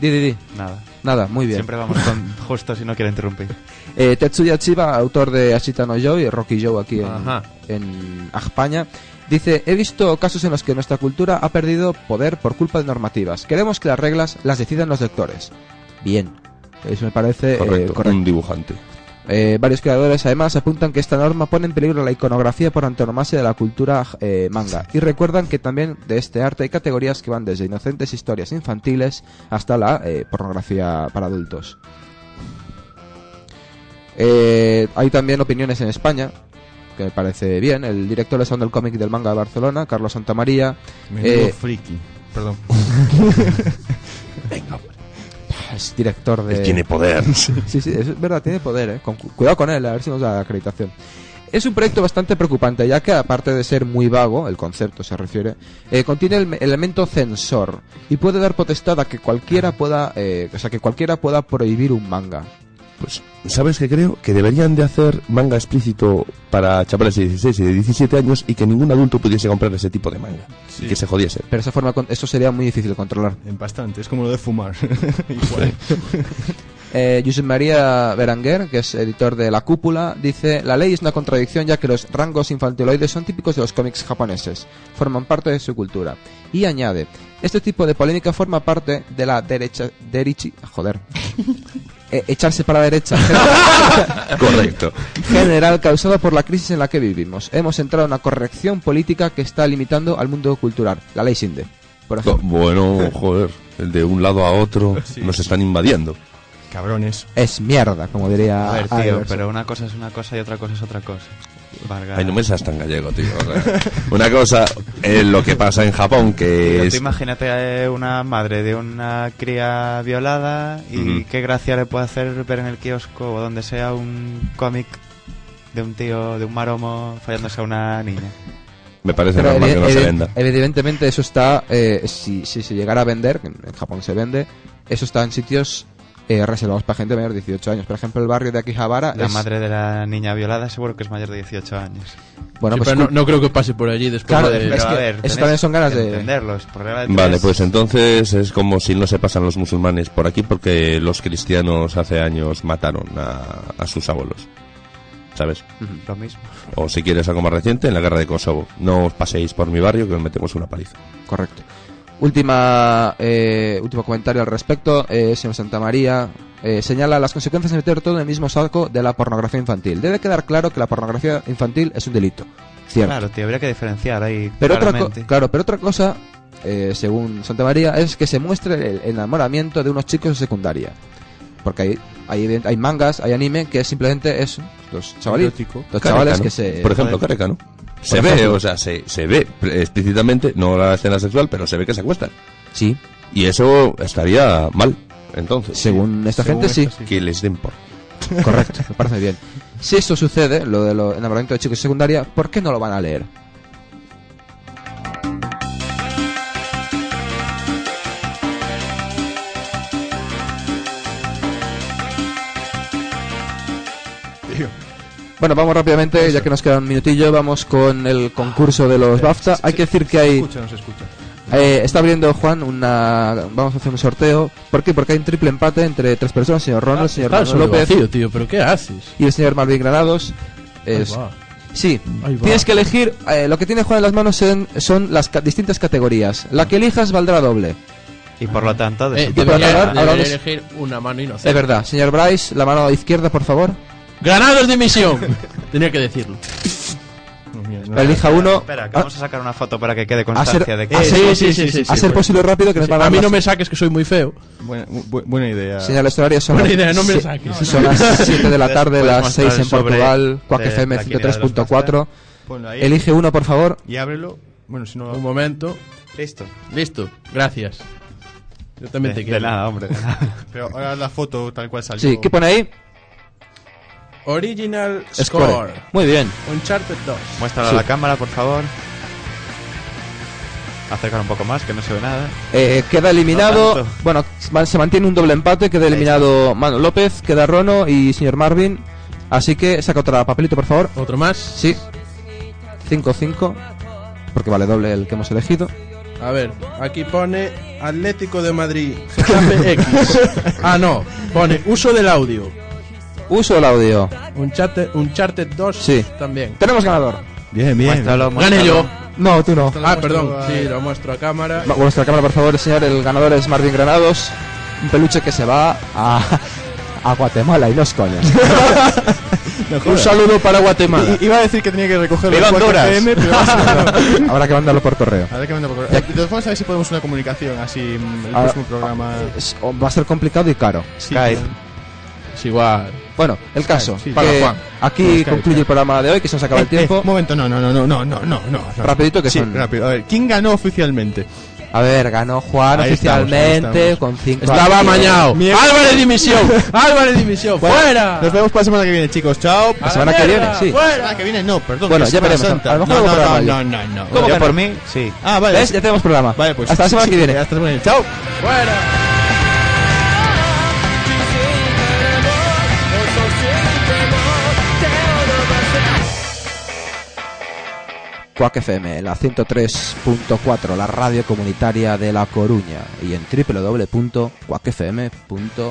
Di, di, di.
nada.
Nada, muy bien.
Siempre vamos con justo si no quiero interrumpir.
Eh, Tetsuya Chiba, autor de Ashita no Joe y Rocky Joe aquí en,
Ajá.
en España, Dice, he visto casos en los que nuestra cultura ha perdido poder por culpa de normativas. Queremos que las reglas las decidan los lectores. Bien. Eso me parece eh,
Correcto,
correcto.
un dibujante.
Eh, varios creadores además apuntan que esta norma pone en peligro la iconografía por antonomasia de la cultura eh, manga y recuerdan que también de este arte hay categorías que van desde inocentes historias infantiles hasta la eh, pornografía para adultos. Eh, hay también opiniones en España que me parece bien. El director de Sound del cómic del manga de Barcelona, Carlos Santamaría,
Menudo
eh,
friki. Perdón.
es director de.
Él tiene poder.
sí, sí, es verdad, tiene poder, ¿eh? Con cu- cuidado con él, a ver si nos da acreditación. Es un proyecto bastante preocupante, ya que aparte de ser muy vago, el concepto se refiere, eh, contiene el me- elemento censor y puede dar potestad a que
Ah.
cualquiera pueda, eh, o sea, que cualquiera pueda prohibir un manga.
Pues, ¿sabes qué creo? Que deberían de hacer manga explícito para chavales de 16 y de 17 años y que ningún adulto pudiese comprar ese tipo de manga.
Sí.
Y que se jodiese.
Pero esa forma, con- eso sería muy difícil de controlar.
Bastante, es como lo de fumar. Igual.
Eh, Josep María Beranguer, que es editor de La Cúpula, dice: La ley es una contradicción ya que los rangos infantiloides son típicos de los cómics japoneses, forman parte de su cultura. Y añade: Este tipo de polémica forma parte de la derecha. Derichi. Joder. Eh, echarse para la derecha.
Correcto.
General causada por la crisis en la que vivimos. Hemos entrado en una corrección política que está limitando al mundo cultural. La ley Sinde. Por ejemplo.
Bueno, joder, el de un lado a otro nos están invadiendo.
Cabrones.
Es mierda, como diría.
A ver, tío,
Iverson.
pero una cosa es una cosa y otra cosa es otra cosa. Vargas.
Ay, no me seas tan gallego, tío. o sea, Una cosa es lo que pasa en Japón,
Pero
que
tú
es...
imagínate eh, una madre de una cría violada y
Ujú.
qué gracia le puede hacer ver en el kiosco o donde sea un cómic de un tío, de un maromo fallándose a una niña.
Me parece
Pero
normal
evi-
que no se
evi-
venda.
Evidentemente eso está, eh, si, si se llegara a vender, que en en Japón se vende, eso está en sitios eh, reservados para gente mayor de 18 años. Por ejemplo, el barrio de Akihabara
La
es-
madre de la niña violada seguro que es mayor de 18 años.
Bueno,
Sí,
pues
pero no,
cul-
no creo que pase por allí después
Claro,
de...
es que eso también son ganas de-
entenderlos. por regla de
Vale,
tres.
pues entonces es como si no se pasan los musulmanes por aquí porque los cristianos hace años mataron a, a sus abuelos. ¿Sabes?
Lo mismo.
O si quieres algo más reciente, en la guerra de Kosovo. No os paséis por mi barrio que os metemos una paliza.
Correcto. Última, eh, último comentario al respecto, eh, señor Santamaría. eh, señala las consecuencias de meter todo en el mismo saco de la pornografía infantil. Debe quedar claro que la pornografía infantil es un delito. Cierto.
Claro, tío, habría que diferenciar ahí.
Pero otra co-
claramente.
claro, pero otra cosa, eh, según Santa María, es que se muestre el enamoramiento de unos chicos de secundaria. Porque hay, hay, hay mangas, hay anime que es simplemente eso, los chavales,
Erótico.
los
Careca,
chavales
¿no?
que se...
Por ejemplo, Careca, ¿no? Se
Por
ve,
ejemplo.
o sea, se, se ve explícitamente, no la escena sexual, pero se ve que se acuestan.
Sí.
Y eso estaría mal, entonces.
Según esta Según gente, esta, sí.
Que les den por...
Correcto, me parece bien. Si esto sucede, lo del enamoramiento de chicos de secundaria, ¿por qué no lo van a leer?
Eh,
Bueno, vamos rápidamente, ya que nos queda un minutillo, vamos con el concurso
Ah,
de los BAFTA. Hay que decir que hay...
escucha, no se escucha.
Eh, está abriendo Juan una. Vamos a hacer un sorteo. ¿Por qué? Porque hay un triple empate entre tres personas: el señor Ronald, el señor
Ah, está el
Manuel
sobre
López.
vacío, tío, ¿pero qué haces?
Y el señor Marvin Granados. Es-
va.
Sí,
Ahí va.
tienes que elegir. eh, lo que tiene Juan en las manos son, son las ca- distintas categorías. La que elijas valdrá doble.
Y por lo tanto, de
Eh,
su
debería,
propia-
debería elegir una mano inocente.
Es verdad, señor Bryce, la mano izquierda, por favor.
Granados de misión. Tenía que decirlo.
Elija uno.
Espera, que vamos a sacar una foto para que quede
A ser,
constancia de que... este
a ser- a ser posible rápido que nos van a
A
dar
mí
las-
no me saques que soy muy feo.
Buena, bu- buena idea.
Señor los horarios son
Buena
las-
idea, no me
si-
saques.
si son las 7 de la tarde,
Puedes
las
mostrar
6
el
en
sobre
Portugal, Quack
de
FM
la quiniela de los
103.4.
Ponlo ahí.
Elige uno, por favor.
Y ábrelo. Bueno, si no lo
Un momento.
Listo.
Listo. Gracias. Yo también
De-
te quiero.
de nada, hombre, de nada.
Pero ahora la foto tal cual salió.
Sí, ¿qué pone ahí?
Original
Score.
Score.
Muy bien.
Uncharted 2.
Muéstralo
Sí.
a la cámara, por favor. Acercar un poco más, que no se ve nada.
Eh, queda eliminado.
No tanto.
bueno, va- se mantiene un doble empate. Queda eliminado Manu López, queda Rono y señor Marvin. Así que saca otra papelito, por favor.
¿Otro más?
Sí. 5-5. Porque vale doble el que hemos elegido.
A ver, aquí pone Atlético de Madrid. Getafe X. Ah, no. Pone uso del audio.
Uso del audio.
Uncharted, Uncharted 2
Sí.
también.
Tenemos ganador.
Bien, bien.
Muéstralo,
Gané
muéstralo.
yo.
No, tú no.
Ah, perdón. Sí, lo muestro a cámara.
Va, Vuestra cámara, por favor, señor. El ganador es Marvin Granados. Un peluche que se va a, a Guatemala y los coñas.
Un saludo para Guatemala.
I- iba a decir que tenía que recogerlo
¡Viva
en 4
Honduras!
PM, pero vamos a
Habrá que mandarlo por correo.
A ver qué manda por correo. De todas formas, a ver si podemos una comunicación así mm, el
Ah,
próximo programa.
Es- o- va a ser complicado y caro.
Skype.
Es igual.
Bueno, el caso.
Skype, sí.
que
Paga Juan.
Aquí
Con Skype,
concluye
ya.
el programa de hoy, que se nos acaba el
Eh, eh,
tiempo.
un momento, no, no, no, no, no, no, no, no.
Rapidito que
sí,
son.
rápido. A ver, ¿quién ganó oficialmente?
A ver, ganó Juan
Ahí estamos, ahí
oficialmente
estamos.
con 5
Estaba amañado.
Álvarez dimisión. Álvarez dimisión.
Bueno,
Fuera.
Nos vemos para la semana que viene, chicos. Chao.
La semana que viene, sí.
Fuera. La semana que viene, no, perdón.
Bueno,
que es
ya
Semana
veremos.
Santa.
A lo mejor
no,
hago
no,
programa
no,
yo.
no, no.
¿Cómo
Yo
que
por
no?
mí, sí. Ah, vale.
¿Ves? Ya tenemos programa.
Vale, pues.
Hasta la semana que viene.
Hasta la semana que viene. Chao. eh.
Quack FM, la 103.4, la radio comunitaria de La Coruña y en www.quackfm.org.